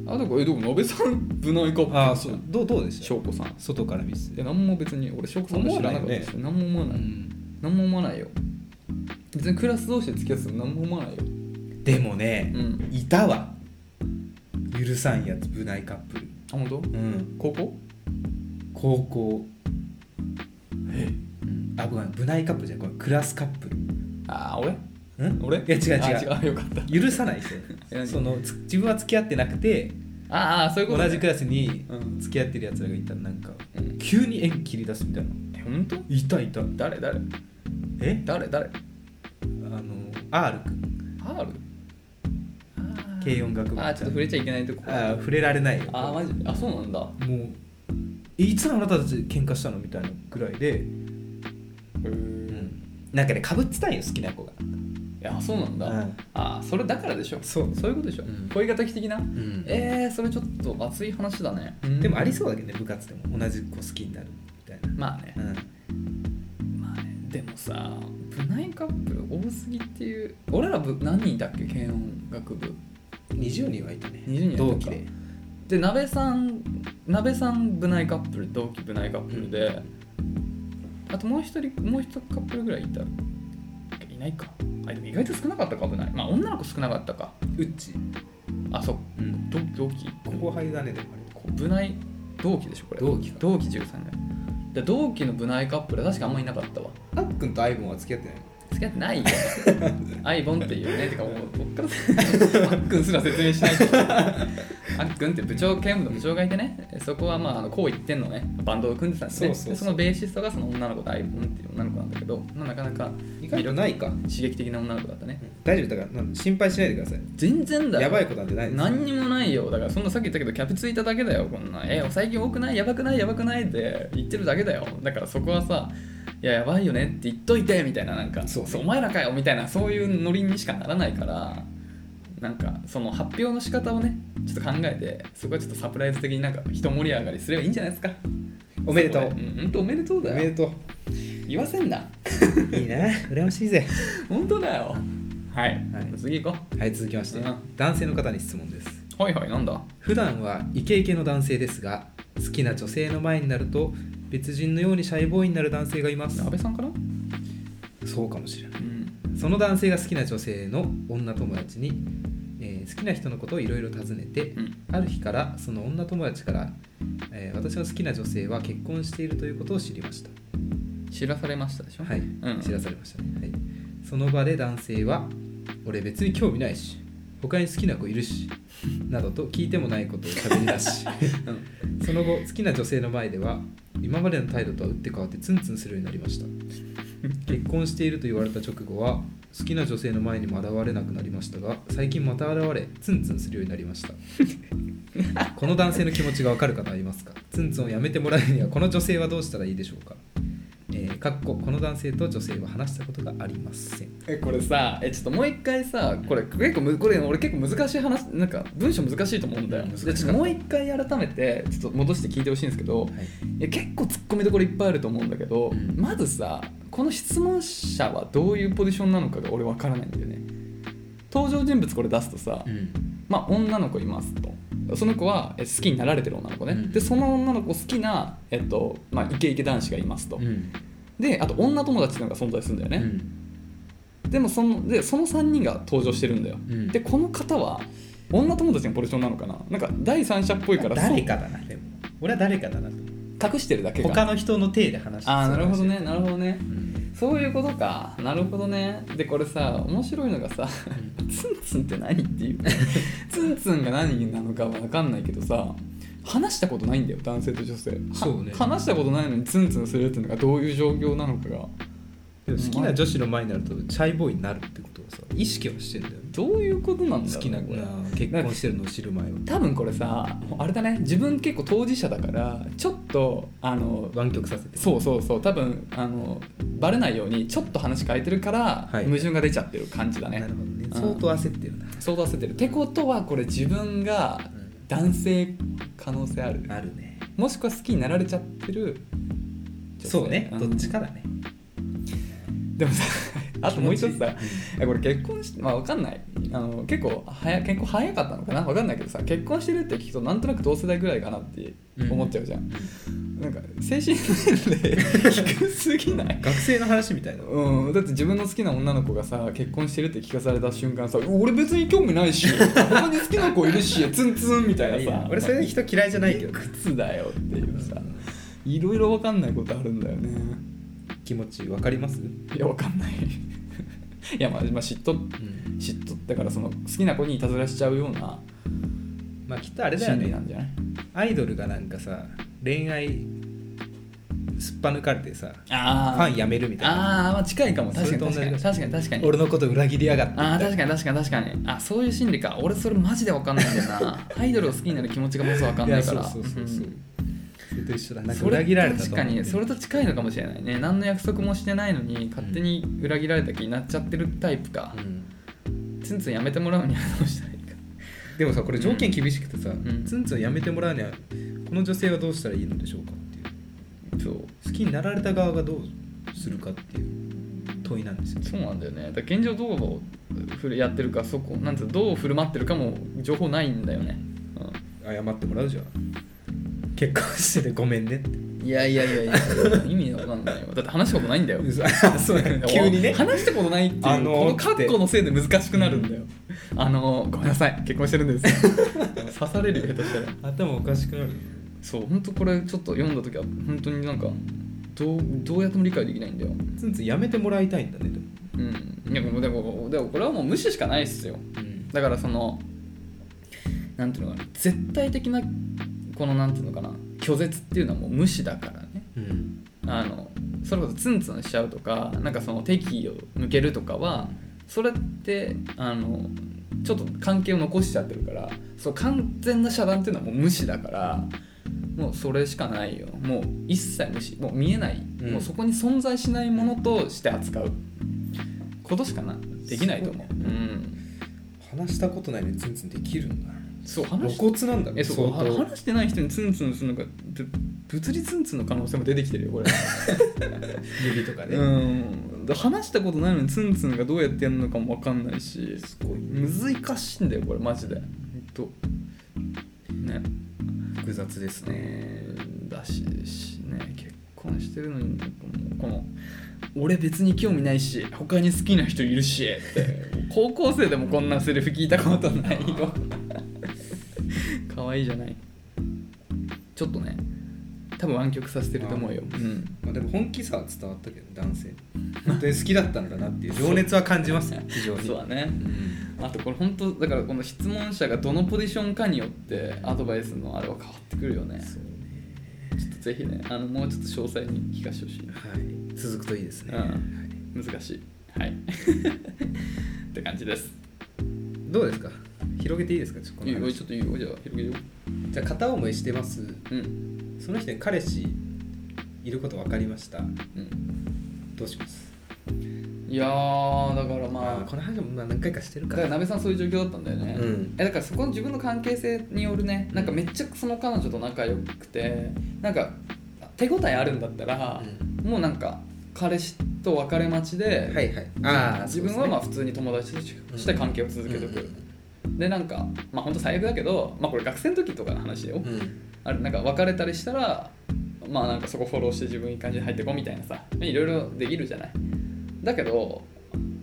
[SPEAKER 2] あとこれでも野辺さん部内カップル
[SPEAKER 1] ああそうどうどうでした
[SPEAKER 2] 翔子さんい
[SPEAKER 1] 外から見せて
[SPEAKER 2] や何も別に俺翔子さんも知らなかったですよ何も思わ
[SPEAKER 1] う
[SPEAKER 2] ない
[SPEAKER 1] ん
[SPEAKER 2] 何も思わないよ別にクラス同士で付き合ってても何も思わないよ
[SPEAKER 1] でもね
[SPEAKER 2] うん
[SPEAKER 1] いたわ許さんやつ部内カップル
[SPEAKER 2] あ本当
[SPEAKER 1] うん
[SPEAKER 2] 高校
[SPEAKER 1] 高校うんあごめん部内カップルじゃないこれクラスカップル
[SPEAKER 2] ああ俺
[SPEAKER 1] うん
[SPEAKER 2] 俺
[SPEAKER 1] いや違う
[SPEAKER 2] あ
[SPEAKER 1] 違う
[SPEAKER 2] 違うよかった
[SPEAKER 1] 許さないです よ
[SPEAKER 2] え何
[SPEAKER 1] そのつ自分は付き合ってなくて
[SPEAKER 2] ああそういうこと、
[SPEAKER 1] 同じク
[SPEAKER 2] らい
[SPEAKER 1] ラスに
[SPEAKER 2] うん
[SPEAKER 1] 付き合ってるやつらがいたらなんか
[SPEAKER 2] うん
[SPEAKER 1] 急に縁切り出すみたいな
[SPEAKER 2] え本当
[SPEAKER 1] いたいた
[SPEAKER 2] 誰誰
[SPEAKER 1] え
[SPEAKER 2] 誰誰
[SPEAKER 1] あの R 君
[SPEAKER 2] R?
[SPEAKER 1] 軽音楽部
[SPEAKER 2] ああちょっと触れちゃいけないとこ
[SPEAKER 1] あー触れられないよ
[SPEAKER 2] ああマジあそうなんだ
[SPEAKER 1] もうえいつあなたたち喧嘩したのみたいなぐらいで、
[SPEAKER 2] う
[SPEAKER 1] うんん、なんかねかぶってたんよ好きな子が
[SPEAKER 2] いやそうなんだ、
[SPEAKER 1] うん
[SPEAKER 2] ああそれだからでしょ
[SPEAKER 1] そう
[SPEAKER 2] そういうことでしょ、
[SPEAKER 1] うん
[SPEAKER 2] 恋敵的な、
[SPEAKER 1] ん
[SPEAKER 2] えー、それちょっと熱い話だね、
[SPEAKER 1] でもありそうだけどね部活でも同じ子好きになるみたい
[SPEAKER 2] まあね
[SPEAKER 1] な、うん、
[SPEAKER 2] まあねでもさ部内カップル多すぎっていう俺ら部何人いたっけ軽音楽部
[SPEAKER 1] 20人はいたね
[SPEAKER 2] 20人はいたか
[SPEAKER 1] 同期で
[SPEAKER 2] で鍋さん鍋さん部内カップル同期部内カップルで、あともう一人もう一カップルぐらいいたいないかあでも意外と少なかったか部内まあ女の子少なかったか
[SPEAKER 1] うっち、
[SPEAKER 2] あそう
[SPEAKER 1] うん、
[SPEAKER 2] 同同期
[SPEAKER 1] 後輩だねでもあれ
[SPEAKER 2] こう部内同期でしょこれ
[SPEAKER 1] 同期か
[SPEAKER 2] 同期13年で同期の部内カップルは確かあんまいなかったわ
[SPEAKER 1] あっくんとアイボンは付き合ってない
[SPEAKER 2] 付き合ってないよ アイボンっていうねてかもう僕からあっくんすら説明し ないとあっくんって部長兼務の部長がいてねそこはまああのこう言ってんのねバンドを組んでたんですね
[SPEAKER 1] そうそうそう
[SPEAKER 2] でそのベーシストがその女の子とアイボンっていう女の子なんだけど、まあ、なかなか
[SPEAKER 1] 意外とないか
[SPEAKER 2] 刺激的な女の子だったね
[SPEAKER 1] 大丈夫だからなん心配しないでください
[SPEAKER 2] 全然だよ
[SPEAKER 1] やばいことなんてないです
[SPEAKER 2] 何にもないよだからそんなさっき言ったけどキャピついただけだよこんなえ最近多くないやばくないやばくないって言ってるだけだよだからそこはさいややばいよねって言っといてみたいななんか
[SPEAKER 1] そう
[SPEAKER 2] お前らかよみたいなそういうノリにしかならないからなんかその発表の仕方をねちょっと考えてそこはちょっとサプライズ的になんか一盛り上がりすればいいんじゃないですか
[SPEAKER 1] おめでとう
[SPEAKER 2] そこはうんほんとおめでとう
[SPEAKER 1] お
[SPEAKER 2] だ
[SPEAKER 1] め
[SPEAKER 2] よ
[SPEAKER 1] でと
[SPEAKER 2] 言わせんな
[SPEAKER 1] う いいな羨ましいぜ
[SPEAKER 2] 本当だよは
[SPEAKER 1] は
[SPEAKER 2] い、
[SPEAKER 1] い
[SPEAKER 2] 次行こ
[SPEAKER 1] はい続きまして
[SPEAKER 2] うん
[SPEAKER 1] 男性の方に質問です
[SPEAKER 2] うはいはいなんだ
[SPEAKER 1] 普段はイケイケの男性ですが好きな女性の前になると別人のようにシャイボーイになる男性がいます
[SPEAKER 2] 安倍さんかな
[SPEAKER 1] そうかもしれない
[SPEAKER 2] うん
[SPEAKER 1] その男性が好きな女性の女友達に、えー好きな人のことをいろいろ尋ねて
[SPEAKER 2] うん
[SPEAKER 1] ある日からその女友達から、えー私の好きな女性は結婚しているということを知りました
[SPEAKER 2] 知らされましたでしょ
[SPEAKER 1] はい、
[SPEAKER 2] ん
[SPEAKER 1] 知らされましたね、はい、その場で男性は「俺別に興味ないし他に好きな子いるし」などと聞いてもないことを喋り出しその後好きな女性の前では今までの態度とは打って変わってツンツンするようになりました結婚していると言われた直後は好きな女性の前にも現れなくなりましたが最近また現れツンツンするようになりましたこの男性の気持ちがわかる方はいますかツンツンをやめてもらうにはこの女性はどうしたらいいでしょうかえー、かっここの男性と女性は話したことがありません
[SPEAKER 2] えこれさえちょっともう一回さこれ結構むこれ俺結構難しい話なんか文章難しいと思うんだよ
[SPEAKER 1] うん難しかっ
[SPEAKER 2] で
[SPEAKER 1] た
[SPEAKER 2] ちょっともう一回改めてちょっと戻して聞いてほしいんですけど
[SPEAKER 1] はい
[SPEAKER 2] いや結構ツッコミどころいっぱいあると思うんだけど、
[SPEAKER 1] うん
[SPEAKER 2] まずさこの質問者はどういうポジションなのかが俺わからないんだよね登場人物これ出すとさ、
[SPEAKER 1] うん
[SPEAKER 2] まあ女の子いますとその子はえ好きになられてる女の子ね、
[SPEAKER 1] うん
[SPEAKER 2] でその女の子好きな、えっとまあ、イケイケ男子がいますと、
[SPEAKER 1] うん
[SPEAKER 2] であと女友達っていうのが存在するんだよね、でもそのでその3人が登場してるんだよ、
[SPEAKER 1] うん
[SPEAKER 2] でこの方は女友達のポジションなのかななんか第三者っぽいから
[SPEAKER 3] 誰かだなでも俺は誰かだなと
[SPEAKER 2] そう隠してるだけが
[SPEAKER 3] 他の人の体で話して
[SPEAKER 2] ああなるほどねなるほどね
[SPEAKER 1] うん
[SPEAKER 2] そういうことかなるほどねでこれさ面白いのがさ「ツンツンって何?」っていう ツンツンが何なのかは分かんないけどさ話したことないんだよ男性と女性は
[SPEAKER 1] そうね
[SPEAKER 2] 話したことないのにツンツンするっていうのがどういう状況なのかが
[SPEAKER 1] でも好きな女子の前になるとチャイボーイになるってことをさ意識はしてんだよね
[SPEAKER 2] どういうことなんだろうね
[SPEAKER 1] 好きな
[SPEAKER 2] これ
[SPEAKER 1] 結婚してるのを知る前は
[SPEAKER 2] 多分これさあれだね自分結構当事者だからちょっとあの
[SPEAKER 1] 湾曲させて
[SPEAKER 2] そうそうそう多分あのバレないようにちょっと話変えてるから、
[SPEAKER 1] はい
[SPEAKER 2] 矛盾が出ちゃってる感じだね
[SPEAKER 1] なるほどね
[SPEAKER 2] ん
[SPEAKER 1] 相当焦ってるな
[SPEAKER 2] 相当焦ってるってことはこれ自分が
[SPEAKER 1] うん
[SPEAKER 2] 男性可能性ある
[SPEAKER 3] あるね
[SPEAKER 2] もしくは好きになられちゃってる女性
[SPEAKER 3] そうねどっちかだね
[SPEAKER 2] でもさあともう一つ
[SPEAKER 1] 気持ち
[SPEAKER 2] さえこれ結婚してまあわかんないあの結構早結構早かったのかなわかんないけどさ結婚してるって聞くとなんとなく同世代ぐらいかなって思っちゃうじゃん、なんか精神年齢低すぎない
[SPEAKER 1] 学生の話みたいな
[SPEAKER 2] うん、だって自分の好きな女の子がさ結婚してるって聞かされた瞬間さ俺別に興味ないし他に好きな子いるしツンツンみたいなさ
[SPEAKER 3] 俺それで人嫌いじゃないけど
[SPEAKER 2] 靴だよっていうさいろいろ分かんないことあるんだよね
[SPEAKER 1] 気持ち分かります
[SPEAKER 2] いや分かんないいやまあ、まあ、嫉妬嫉妬だからその好きな子にいたずらしちゃうような
[SPEAKER 1] まあきっとあれだよ
[SPEAKER 2] 心理
[SPEAKER 1] ね
[SPEAKER 2] なんじゃない
[SPEAKER 1] アイドルがなんかさ恋愛すっぱ抜かれてさフ
[SPEAKER 2] あ
[SPEAKER 1] ァンやめるみたいな
[SPEAKER 2] あーまあ近いかも確かに
[SPEAKER 1] そ
[SPEAKER 2] 確か
[SPEAKER 1] れと同
[SPEAKER 2] に
[SPEAKER 1] じ
[SPEAKER 2] 確かに確かに
[SPEAKER 1] 俺のこと裏切りやがってみたい
[SPEAKER 2] あ
[SPEAKER 1] な
[SPEAKER 2] ー確かに確かに確かにあそういう心理か俺それマジで分かんないんだよ なアイドルを好きになる気持ちがまず分かんないから
[SPEAKER 1] やそうそうそうそう、それと一緒だなんか
[SPEAKER 2] それ
[SPEAKER 1] 裏切られたと
[SPEAKER 2] 確
[SPEAKER 1] 思
[SPEAKER 2] か
[SPEAKER 1] って
[SPEAKER 2] にそれと近いのかもしれないね何の約束もしてないのに勝手に裏切られた気になっちゃってるタイプか
[SPEAKER 1] う、ん
[SPEAKER 2] ツンツンやめてもらうにはどうしたらいいか
[SPEAKER 1] でもさこれ条件厳しくてさ、
[SPEAKER 2] ん
[SPEAKER 1] ツンツンやめてもらうにはこの女性はどうしたらいいのでしょうかっていう
[SPEAKER 2] そう
[SPEAKER 1] 好きになられた側がどうするかっていう問いなんですよ
[SPEAKER 2] そうなんだよねだから現状どうふるやってるかそこなんつうのどう振る舞ってるかも情報ないんだよね、
[SPEAKER 1] 謝ってもらうじゃん結婚しててごめんねって
[SPEAKER 2] うん、いやい やいやいや意味わかんないよだって話したことないんだよ
[SPEAKER 1] 嘘あ そうなんだ急にね
[SPEAKER 2] 話したことないっていう、
[SPEAKER 1] あのー
[SPEAKER 2] このカッコのせいで難しくなるんだよ、あのーごめんなさい結婚してるんです 刺されるよ下手したら
[SPEAKER 1] 頭おかしくなる
[SPEAKER 2] そう本当これちょっと読んだ時は本当になんかどうどうやっても理解できないんだよ
[SPEAKER 1] ツンツンやめてもらいたいんだねでも、
[SPEAKER 2] うんいやでもでもでもこれはもう無視しかないっすよ
[SPEAKER 1] うん
[SPEAKER 2] だからそのなんていうのかな絶対的なこのなんていうのかな拒絶っていうのはもう無視だからねあのそれこそツンツンしちゃうとかなんかその敵意を向けるとかはそれってあのちょっと関係を残しちゃってるからそう完全な遮断っていうのはもう無視だからもうそれしかないよもう一切無視もう見えない、
[SPEAKER 1] うん
[SPEAKER 2] もうそこに存在しないものとして扱うことしかなできないと思う、
[SPEAKER 1] そう
[SPEAKER 2] うん、
[SPEAKER 1] 話したことないのにツンツンできるんだ
[SPEAKER 2] そう
[SPEAKER 1] 露
[SPEAKER 2] 話し
[SPEAKER 1] 骨なんだね
[SPEAKER 2] えそうは話してない人にツンツンするのがぶ物理ツンツンの可能性も出てきてるよこれ
[SPEAKER 1] 指とかね、
[SPEAKER 2] うん、話したことないのにツンツンがどうやってやるのかも分かんないし
[SPEAKER 1] すごい
[SPEAKER 2] 難しいんだよこれマジでほんとね
[SPEAKER 1] 複雑ですね
[SPEAKER 2] ねだししね結婚してるのになんかもうこの「俺別に興味ないし他に好きな人いるし」って高校生でもこんなセリフ聞いたことないよ 可愛いじゃないちょっとね多分湾曲させてると思うよ、うん
[SPEAKER 1] まあ、でも本気さは伝わったけど男性本当に好きだったのかな っていう情熱は感じますね非常に
[SPEAKER 2] そうだね
[SPEAKER 1] うん
[SPEAKER 2] あとこれ本当だからこの質問者がどのポジションかによってアドバイスのあれは変わってくるよねちょっとぜひねあのもうちょっと詳細に聞かせてほしい、
[SPEAKER 1] はい続くといいですね、
[SPEAKER 2] うん、難しいはいって感じです
[SPEAKER 1] どうですか広げていいですかちょっとこ
[SPEAKER 2] い
[SPEAKER 1] の
[SPEAKER 2] いよ
[SPEAKER 1] 話
[SPEAKER 2] ちょっといいよじゃあ広げよう
[SPEAKER 1] じゃあ片思いしてます
[SPEAKER 2] うん
[SPEAKER 1] その人に彼氏いること分かりました
[SPEAKER 2] うん
[SPEAKER 1] どうします
[SPEAKER 2] いやーだからまあ
[SPEAKER 1] あーこの話もまあ何回かしてる
[SPEAKER 2] だ
[SPEAKER 1] か
[SPEAKER 2] から
[SPEAKER 1] ら
[SPEAKER 2] なべさんそういう状況だったんだよね、
[SPEAKER 1] うん
[SPEAKER 2] えだからそこの自分の関係性によるねなんかめっちゃその彼女と仲良くてなんか手応えあるんだったら、もうなんか彼氏と別れ待ちで、
[SPEAKER 1] はいはいああ
[SPEAKER 2] 自分はまあ
[SPEAKER 1] あ
[SPEAKER 2] 普通に友達とし
[SPEAKER 1] うん
[SPEAKER 2] して関係を続けておく、でなんかまあ本当最悪だけど、まあ、これ学生の時とかの話よ、
[SPEAKER 1] うん
[SPEAKER 2] あれなんか別れたりしたらまあなんかそこフォローして自分いい感じで入ってこみたいなさいろいろできるじゃないだけど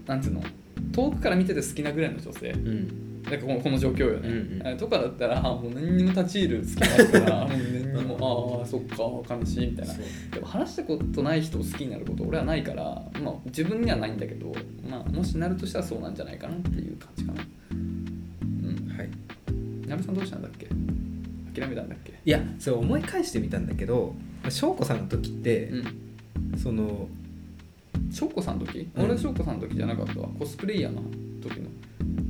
[SPEAKER 2] なんつうの遠くから見てて好きなぐらいの女性
[SPEAKER 1] うん
[SPEAKER 2] なんかこのこの状況よね、
[SPEAKER 1] うんうん
[SPEAKER 2] えとかだったらもう何にも立ち入る隙間あるから もう何にもああそっか悲しいみたいな
[SPEAKER 1] そう
[SPEAKER 2] でも話したことない人を好きになること俺はないから、まあ、自分にはないんだけど、まあ、もしなるとしたらそうなんじゃないかなっていう感じかなうん
[SPEAKER 1] はい
[SPEAKER 2] 矢部さんどうしたんだっけ諦めたんだっけ
[SPEAKER 1] いやそれ思い返してみたんだけどまあ翔子さんの時って、
[SPEAKER 2] うん
[SPEAKER 1] その
[SPEAKER 2] 翔子さんの時、
[SPEAKER 1] うん
[SPEAKER 2] 俺は翔子さんの時じゃなかったわコスプレイヤーの時の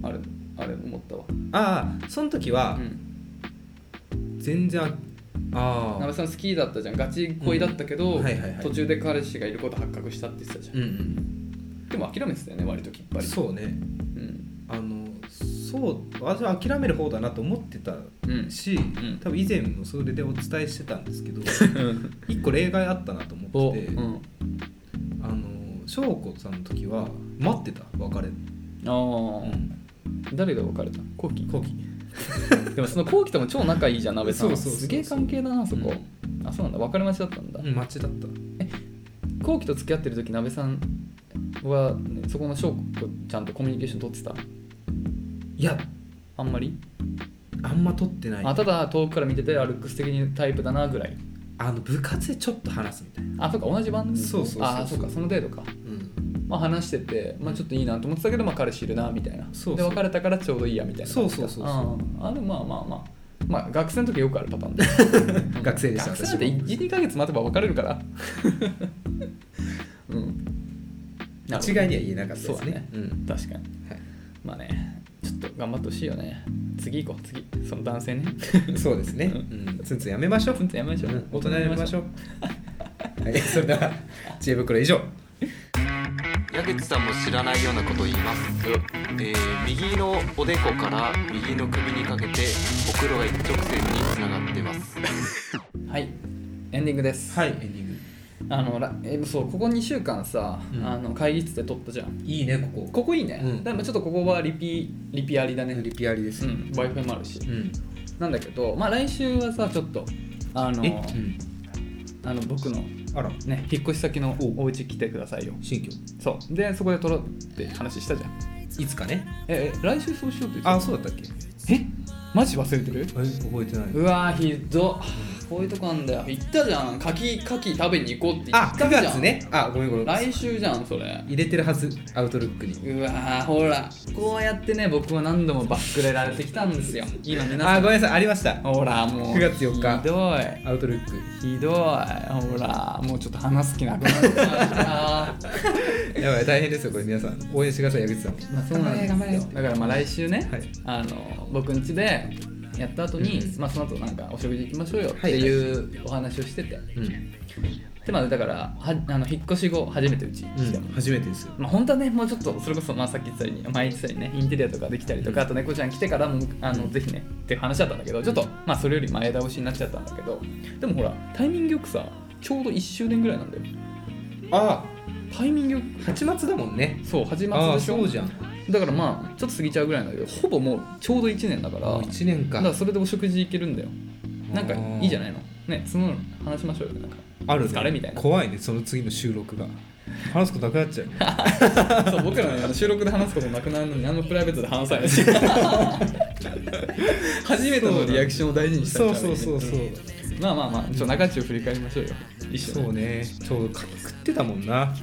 [SPEAKER 2] あれあれ思ったわ
[SPEAKER 1] ああその時は
[SPEAKER 2] うん
[SPEAKER 1] 全然、あ
[SPEAKER 2] 矢
[SPEAKER 1] あ
[SPEAKER 2] 部さん好きだったじゃんガチ恋だったけど、
[SPEAKER 1] うんはいはいはい
[SPEAKER 2] 途中で彼氏がいること発覚したって言ってたじゃん、
[SPEAKER 1] うんうん
[SPEAKER 2] でも諦めてたよね割ときっぱり
[SPEAKER 1] そうね
[SPEAKER 2] うん
[SPEAKER 1] あのそう私は諦める方だなと思ってた
[SPEAKER 2] うん
[SPEAKER 1] し、
[SPEAKER 2] ん
[SPEAKER 1] 多分以前もそれでお伝えしてたんですけ ど一個例外あったなと思
[SPEAKER 2] お
[SPEAKER 1] っ
[SPEAKER 2] う
[SPEAKER 1] てて、
[SPEAKER 2] ん
[SPEAKER 1] あの翔子さんの時は待ってた別れ
[SPEAKER 2] ああ、誰が別れた後期
[SPEAKER 1] 後期
[SPEAKER 2] でもその後期とも超仲いいじゃん鍋さん
[SPEAKER 1] そうそうそうそう
[SPEAKER 2] すげえ関係だなそこ、あそうなんだ別れ待ちだったんだ、
[SPEAKER 1] うん待ちだった
[SPEAKER 2] 後期と付き合ってる時鍋さんは、ね、そこの翔子ちゃんとコミュニケーション取ってた
[SPEAKER 1] いや
[SPEAKER 2] あんまり、
[SPEAKER 1] あんま取ってない
[SPEAKER 2] あただ遠くから見ててあルックス的にタイプだなぐらい
[SPEAKER 1] あの部活でちょっと話すみたいな、
[SPEAKER 2] あそうか同じ番組
[SPEAKER 1] そうそうそうそう
[SPEAKER 2] あそうかその程度かまあ話してて、まあ、ちょっといいなと思ってたけど、まあ、彼氏いるなみたいな
[SPEAKER 1] そうそう
[SPEAKER 2] で別れたからちょうどいいやみたいな
[SPEAKER 1] そうそうそうそう
[SPEAKER 2] ああでもまあまあまあまあ学生の時よくあるパターンでう ん
[SPEAKER 1] 学生でした
[SPEAKER 2] 学生なんて
[SPEAKER 1] 私も
[SPEAKER 2] 12ヶ月待てば別れるから うんなるほど
[SPEAKER 1] 一概には言えなかったで
[SPEAKER 2] そ
[SPEAKER 1] す
[SPEAKER 2] うだね
[SPEAKER 1] ねうん
[SPEAKER 2] 確かに
[SPEAKER 1] はい
[SPEAKER 2] まあねちょっと頑張ってほしいよね次行こう次その男性 ね
[SPEAKER 1] そうですね、うん、ツンツンやめましょう
[SPEAKER 2] ちょっとやめましょう、
[SPEAKER 1] うん大人になりましょうはい それでは知恵袋以上
[SPEAKER 4] 矢口さんも知らないようなことを言います、えー右のおでこから右の首にかけてほくろが一直線につながってます
[SPEAKER 2] はいエンディングです、
[SPEAKER 1] はいエンディング
[SPEAKER 2] あのらえそうここ2週間さ、
[SPEAKER 1] うん
[SPEAKER 2] あの会議室で撮ったじゃん
[SPEAKER 1] いいねここ
[SPEAKER 2] ここいいね、
[SPEAKER 1] うん
[SPEAKER 2] でもちょっとここはリピリピありだね
[SPEAKER 1] リピアリです
[SPEAKER 2] う
[SPEAKER 1] うん
[SPEAKER 2] w i f i もあるし
[SPEAKER 1] ん
[SPEAKER 2] なんだけどまあ来週はさちょっとあの
[SPEAKER 1] え、うん、
[SPEAKER 2] あの僕の
[SPEAKER 1] あら
[SPEAKER 2] ね引っ越し先の
[SPEAKER 1] お
[SPEAKER 2] お家来てくださいよ
[SPEAKER 1] 新居
[SPEAKER 2] そうでそこで撮ろうって話したじゃん
[SPEAKER 1] いつかね
[SPEAKER 2] ええ来週そうしようって言ってた
[SPEAKER 1] あそうだったっけ
[SPEAKER 2] えマジ忘れてる
[SPEAKER 1] え覚えてないう
[SPEAKER 2] わーひどっこういうとこなんだよ言ったじゃん柿柿食べに行こうって言
[SPEAKER 1] あ
[SPEAKER 2] っ
[SPEAKER 1] 9
[SPEAKER 2] たじゃん
[SPEAKER 1] 月ねあごめんごめん
[SPEAKER 2] 来週じゃんそれ
[SPEAKER 1] 入れてるはずアウトルックに
[SPEAKER 2] うわーほらこうやってね僕は何度もバックレられてきたんですよ今皆さ
[SPEAKER 1] あ
[SPEAKER 2] ん
[SPEAKER 1] ごめんなさいありました
[SPEAKER 2] ほらもう
[SPEAKER 1] 9月4日
[SPEAKER 2] ひどい
[SPEAKER 1] アウトルック
[SPEAKER 2] ひどいほらもうちょっと話す気なくなっちゃった
[SPEAKER 1] やばい大変ですよこれ皆さん応援してください矢口さん
[SPEAKER 2] まあそうなんですよだからまあ来週ね、
[SPEAKER 1] はい
[SPEAKER 2] あの僕ん家でやった後に、
[SPEAKER 1] うん
[SPEAKER 2] まあその後なんかお食事行きましょうよっていうお話をしてて、
[SPEAKER 1] うん、
[SPEAKER 2] でまあだからはあの引っ越し後初めてうち来たの
[SPEAKER 1] 初めてですよ
[SPEAKER 2] まあ本当はねもうちょっとそれこそまあさっき言ってたように前言ってたようにねインテリアとかできたりとかあと猫ちゃん来てからもあのぜひねっていう話だったんだけどちょっとまあそれより前倒しになっちゃったんだけどでもほらタイミングよくさちょうど1周年ぐらいなんだよ
[SPEAKER 1] あ
[SPEAKER 2] タイミングよく
[SPEAKER 1] あ8月だもんね
[SPEAKER 2] そう始ま
[SPEAKER 1] あ
[SPEAKER 2] っ
[SPEAKER 1] あ
[SPEAKER 2] でしょ
[SPEAKER 1] そうじゃん
[SPEAKER 2] だからまあちょっと過ぎちゃうぐらいなんだけどほぼもうちょうど1年だから
[SPEAKER 1] もう1年
[SPEAKER 2] だ
[SPEAKER 1] か
[SPEAKER 2] からそれでお食事行けるんだよなんか
[SPEAKER 1] あー
[SPEAKER 2] いいじゃないのねその話しましょうよなんか
[SPEAKER 1] あるね
[SPEAKER 2] 疲れみたいな
[SPEAKER 1] 怖いねその次の収録が話すことなくなっちゃうね
[SPEAKER 2] そう僕らねあの収録で話すことなくなるのに何のプライベートで話 さないし初めてのリアクションを大事にした
[SPEAKER 1] そ
[SPEAKER 2] ん
[SPEAKER 1] う
[SPEAKER 2] じゃない
[SPEAKER 1] そうそうそう
[SPEAKER 2] まあまあまあちょっと中中振り返りましょうよ一緒
[SPEAKER 1] そ
[SPEAKER 2] に
[SPEAKER 1] うねちょうど柿食ってたもんな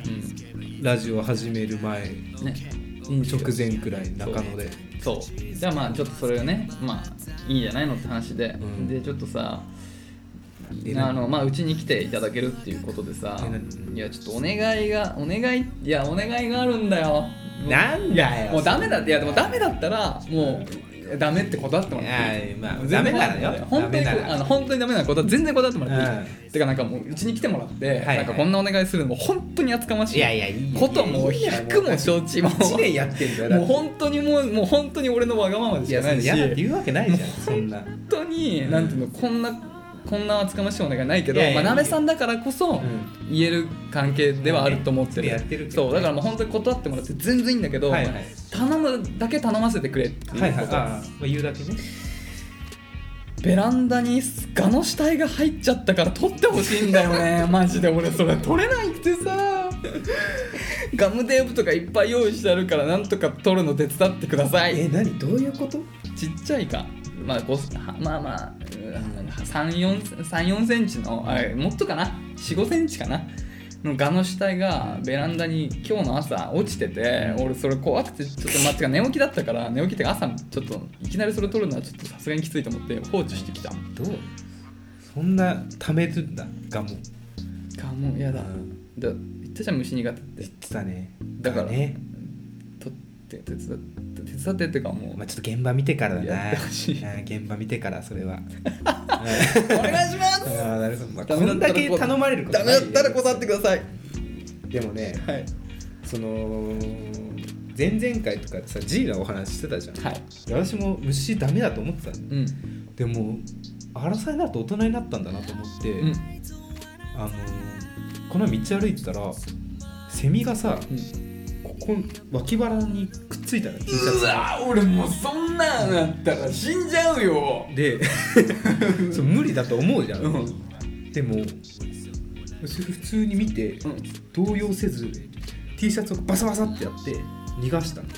[SPEAKER 1] ラジオ始める前
[SPEAKER 2] うんね
[SPEAKER 1] 直前くらい中野で
[SPEAKER 2] そうじゃあまあちょっとそれをねまあいいんじゃないのって話で、
[SPEAKER 1] うん
[SPEAKER 2] でちょっとさ
[SPEAKER 1] え
[SPEAKER 2] あのまあうちに来ていただけるっていうことでさ
[SPEAKER 1] え何
[SPEAKER 2] いやちょっとお願いがお願いいやお願いがあるんだよ
[SPEAKER 1] なんだよ
[SPEAKER 2] もうダメだっていやでもダメだったらもうやダメって断っても
[SPEAKER 1] い
[SPEAKER 2] らっていい
[SPEAKER 1] やいやまあ
[SPEAKER 2] 全
[SPEAKER 1] ダ
[SPEAKER 2] 然
[SPEAKER 1] メならよ
[SPEAKER 2] 本当に
[SPEAKER 1] ダメなら
[SPEAKER 2] あの本当にダメなことは全然断ってもらっていい、
[SPEAKER 1] う
[SPEAKER 2] てかなんかもううちに来てもらって、
[SPEAKER 1] はいはい
[SPEAKER 2] なんかこんなお願いするのも本当に厚かましい
[SPEAKER 1] いやいやいいよ
[SPEAKER 2] ことも
[SPEAKER 1] いいよ
[SPEAKER 2] 引くも承知も
[SPEAKER 1] 1年やってんだよだ
[SPEAKER 2] も
[SPEAKER 1] っ
[SPEAKER 2] う
[SPEAKER 1] て
[SPEAKER 2] 本当にもうもう本当に俺のわがままで
[SPEAKER 1] い
[SPEAKER 2] し
[SPEAKER 1] や
[SPEAKER 2] か
[SPEAKER 1] そ
[SPEAKER 2] なんい
[SPEAKER 1] な
[SPEAKER 2] し
[SPEAKER 1] 嫌だって
[SPEAKER 2] 本
[SPEAKER 1] 言うわけないじゃんそんな
[SPEAKER 2] 当に、なんていうのこんなこんな厚かましいお願いないけど
[SPEAKER 1] いやいや
[SPEAKER 2] まあ、鍋さんだからこそ、
[SPEAKER 1] ん
[SPEAKER 2] 言える関係ではあると思ってる,、
[SPEAKER 1] まあね常にやってるけどね
[SPEAKER 2] そうだからもう本当に断ってもらって全然いいんだけど、
[SPEAKER 1] はいはい
[SPEAKER 2] 頼むだけ頼ませてくれっていうこと、
[SPEAKER 1] はいはいああまあ言うだけね
[SPEAKER 2] ベランダにガの死体が入っちゃったから取ってほしいんだよねマジで俺それ取れないってさガムテープとかいっぱい用意してあるからなんとか取るの手伝ってください
[SPEAKER 1] え何どういうこと
[SPEAKER 2] ちっちゃいかまあごはまあまあ34センチのあもっとかな45センチかなのガの死体がベランダに今日の朝落ちてて俺それ怖くてちょっと待ってか寝起きだったから寝起きってか朝ちょっといきなりそれ取るのはちょっとさすがにきついと思って放置してきた
[SPEAKER 1] どうそんな貯めるんだガモ
[SPEAKER 2] ガもうやだ、
[SPEAKER 1] うん
[SPEAKER 2] だ言ったじゃん虫苦手って
[SPEAKER 1] 言ってたね
[SPEAKER 2] だから
[SPEAKER 1] ね
[SPEAKER 2] 取って手伝って手伝ってっていうかもう、
[SPEAKER 1] まあちょっと現場見てからだな
[SPEAKER 2] やってほしい
[SPEAKER 1] ああ現場見てからそれ は
[SPEAKER 2] お願いします
[SPEAKER 1] ああなるほど、まあ、
[SPEAKER 2] ダ
[SPEAKER 1] こ
[SPEAKER 2] メだっ
[SPEAKER 1] ん
[SPEAKER 2] たら
[SPEAKER 1] だけ頼まれること
[SPEAKER 2] ダメだったら断ってください
[SPEAKER 1] でもね
[SPEAKER 2] はい
[SPEAKER 1] その前々回とかでさ G のお話してたじゃん
[SPEAKER 2] はい
[SPEAKER 1] 私も虫ダメだと思ってたの
[SPEAKER 2] うん
[SPEAKER 1] でも争いになると大人になったんだなと思って、
[SPEAKER 2] うん
[SPEAKER 1] あのこの道歩いてたらセミがさここ脇腹にくっついたの T シャツ
[SPEAKER 2] わ俺もうそんなんなったら死んじゃうよ
[SPEAKER 1] で そう無理だと思うじゃん、
[SPEAKER 2] うん
[SPEAKER 1] でもそれ普通に見て動揺せず T シャツをバサバサってやって逃がしたので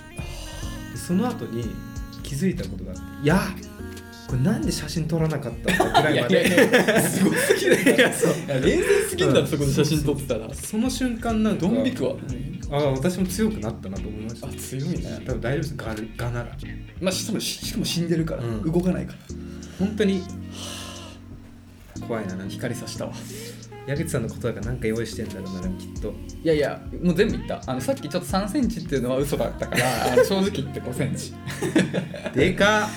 [SPEAKER 1] その後に気づいたことがあっていやこれなんで写真撮らなかったんだぐら
[SPEAKER 2] い
[SPEAKER 1] いま
[SPEAKER 2] やいや
[SPEAKER 1] で
[SPEAKER 2] いやすごすぎる
[SPEAKER 1] いやそう
[SPEAKER 2] いや冷静すぎんだろ
[SPEAKER 1] うん
[SPEAKER 2] そこで写真撮ってたら
[SPEAKER 1] その瞬間なんか
[SPEAKER 2] ドン引くわ
[SPEAKER 1] ああ私も強くなったなと思いました
[SPEAKER 2] あ強いね
[SPEAKER 1] 多分大丈夫ですガルガなら
[SPEAKER 2] まあしかもしかも死んでるから
[SPEAKER 1] うん
[SPEAKER 2] 動かないから
[SPEAKER 1] 本当に怖いななんか
[SPEAKER 2] 光さしたわ
[SPEAKER 1] 矢口さんのことだからなんか用意してんだろうなきっと
[SPEAKER 2] いやいやもう全部言ったあのさっきちょっと3センチっていうのは嘘だったからあ の正直言って5センチ
[SPEAKER 1] でか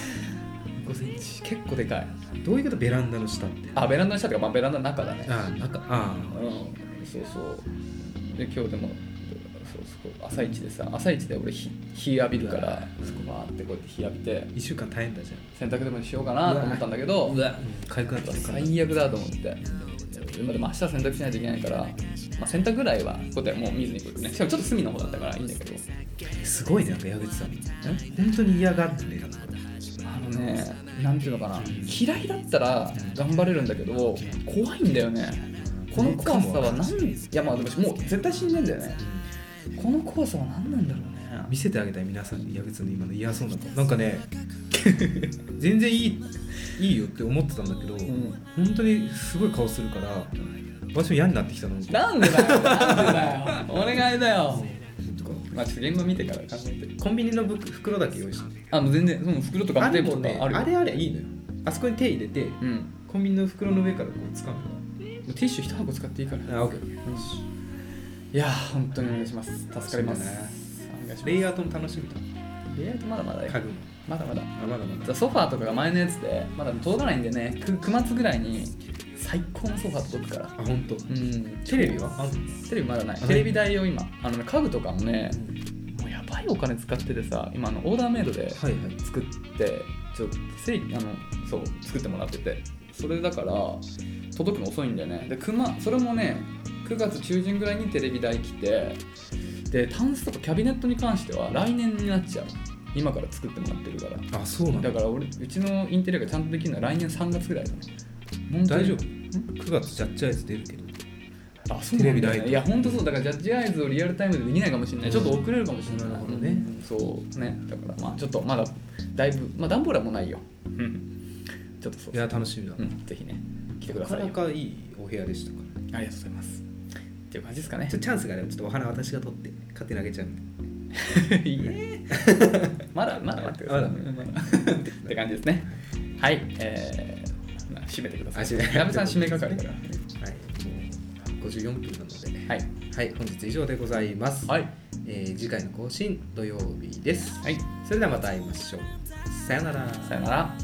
[SPEAKER 2] 5センチ結構でかい
[SPEAKER 1] っどういうことベランダの下って
[SPEAKER 2] あベランダの下とか、まあ、ベランダの中だね
[SPEAKER 1] ああなんかあ
[SPEAKER 2] う
[SPEAKER 1] あ
[SPEAKER 2] んそうそうで今日でもそうそこ朝一でさ朝一で俺日日浴びるからそこバーってこうやって日浴びて
[SPEAKER 1] 1週間大変だじゃん
[SPEAKER 2] 洗濯でもしようかなと思ったんだけど
[SPEAKER 1] わかゆくなった
[SPEAKER 2] 最悪だと思ってでもでも明日洗濯しないといけないから、まあ、洗濯ぐらいはこうやってもう見ずに来るねしかもちょっと隅の方だったからいいんだけど
[SPEAKER 1] すごいねなんか矢口さん本当に嫌がってる
[SPEAKER 2] あのね、なんていうのかな、嫌いだったら頑張れるんだけど、怖いんだよね。この怖さは何いやまあでももう絶対死んでんだよね。この怖さは何なんだろう
[SPEAKER 1] 見
[SPEAKER 2] ね。
[SPEAKER 1] せてあげたい皆さんに矢口さんの今の嫌そうな顔なんかね全然いいいいよって思ってたんだけど、
[SPEAKER 2] ん
[SPEAKER 1] 本当にすごい顔するから私も嫌になってきたの
[SPEAKER 2] なんでだよ、なんでだよ、お願いだよ。まあちょっと現場見てから考えて。
[SPEAKER 1] コンビニの袋袋だけ用意した
[SPEAKER 2] あ、もう全然、その袋とか
[SPEAKER 1] あ
[SPEAKER 2] テ
[SPEAKER 1] れ
[SPEAKER 2] ープ
[SPEAKER 1] も
[SPEAKER 2] と
[SPEAKER 1] ね
[SPEAKER 2] かあ
[SPEAKER 1] あ
[SPEAKER 2] るよ。
[SPEAKER 1] れあれいいのよあそこに手入れて、
[SPEAKER 2] うん。
[SPEAKER 1] コンビニの袋の上からこう掴む
[SPEAKER 2] もうティッシュ一箱使っていいから。
[SPEAKER 1] のあオッケー
[SPEAKER 2] いやー、本当にお願いします。助かります。お願いします。
[SPEAKER 1] レイアウトも楽しみだ
[SPEAKER 2] レイアウトまだまだよ
[SPEAKER 1] 家具も
[SPEAKER 2] まだまだ。
[SPEAKER 1] あまだまだ
[SPEAKER 2] ソファーとかが前のやつでまだ届かないんでねく9月ぐらいに最高のソファー届くから
[SPEAKER 1] あ本当
[SPEAKER 2] うん
[SPEAKER 1] テレビはあんの
[SPEAKER 2] テレビまだない
[SPEAKER 1] あ
[SPEAKER 2] テレビ代を今あの、ね、家具とかもねもうやばいお金使っててさ今あのオーダーメイドで
[SPEAKER 1] はいはい
[SPEAKER 2] 作ってちょっと整理あのそう作ってもらっててそれだから届くの遅いんだよねで熊それもね9月中旬ぐらいにテレビ台来てでタンスとかキャビネットに関しては来年になっちゃう今から作ってもらってるから
[SPEAKER 1] あそうなんだ
[SPEAKER 2] だから俺うちのインテリアがちゃんとできるのは来年3月ぐらいだね本当に
[SPEAKER 1] 大丈夫9月ジャッジアイズ出るけど
[SPEAKER 2] あそうなん
[SPEAKER 1] テ
[SPEAKER 2] だ
[SPEAKER 1] レビ
[SPEAKER 2] ね
[SPEAKER 1] 台
[SPEAKER 2] いや本当そうだからジャッジアイズをリアルタイムでできないかもしれない、
[SPEAKER 1] うん
[SPEAKER 2] ちょっと遅れるかもしれない
[SPEAKER 1] なるほどね
[SPEAKER 2] うんそうねだからまあちょっとまだだいぶまあ段ボールはもうないようんちょっとそう
[SPEAKER 1] いや楽しみだ、
[SPEAKER 2] うんぜひね来てくだ
[SPEAKER 1] な
[SPEAKER 2] さ
[SPEAKER 1] か
[SPEAKER 2] いよ
[SPEAKER 1] なかいいお部屋でしたから
[SPEAKER 2] ありがとうございますっていう感じですかね
[SPEAKER 1] ちょっとチャンスがあればちょっとお花私が取って勝手にあげちゃうんで
[SPEAKER 2] いいね。 まだまだ待ってください。
[SPEAKER 1] ま
[SPEAKER 2] って感じですね。はい。えー、まあ締めてください。
[SPEAKER 1] あ締め
[SPEAKER 2] 矢部さん締めかかるから。
[SPEAKER 1] はいもう54分なので
[SPEAKER 2] はい。
[SPEAKER 1] はい本日以上でございます、
[SPEAKER 2] はい。
[SPEAKER 1] えー次回の更新土曜日です
[SPEAKER 2] はい
[SPEAKER 1] それではまた会いましょうさよなら
[SPEAKER 2] さよなら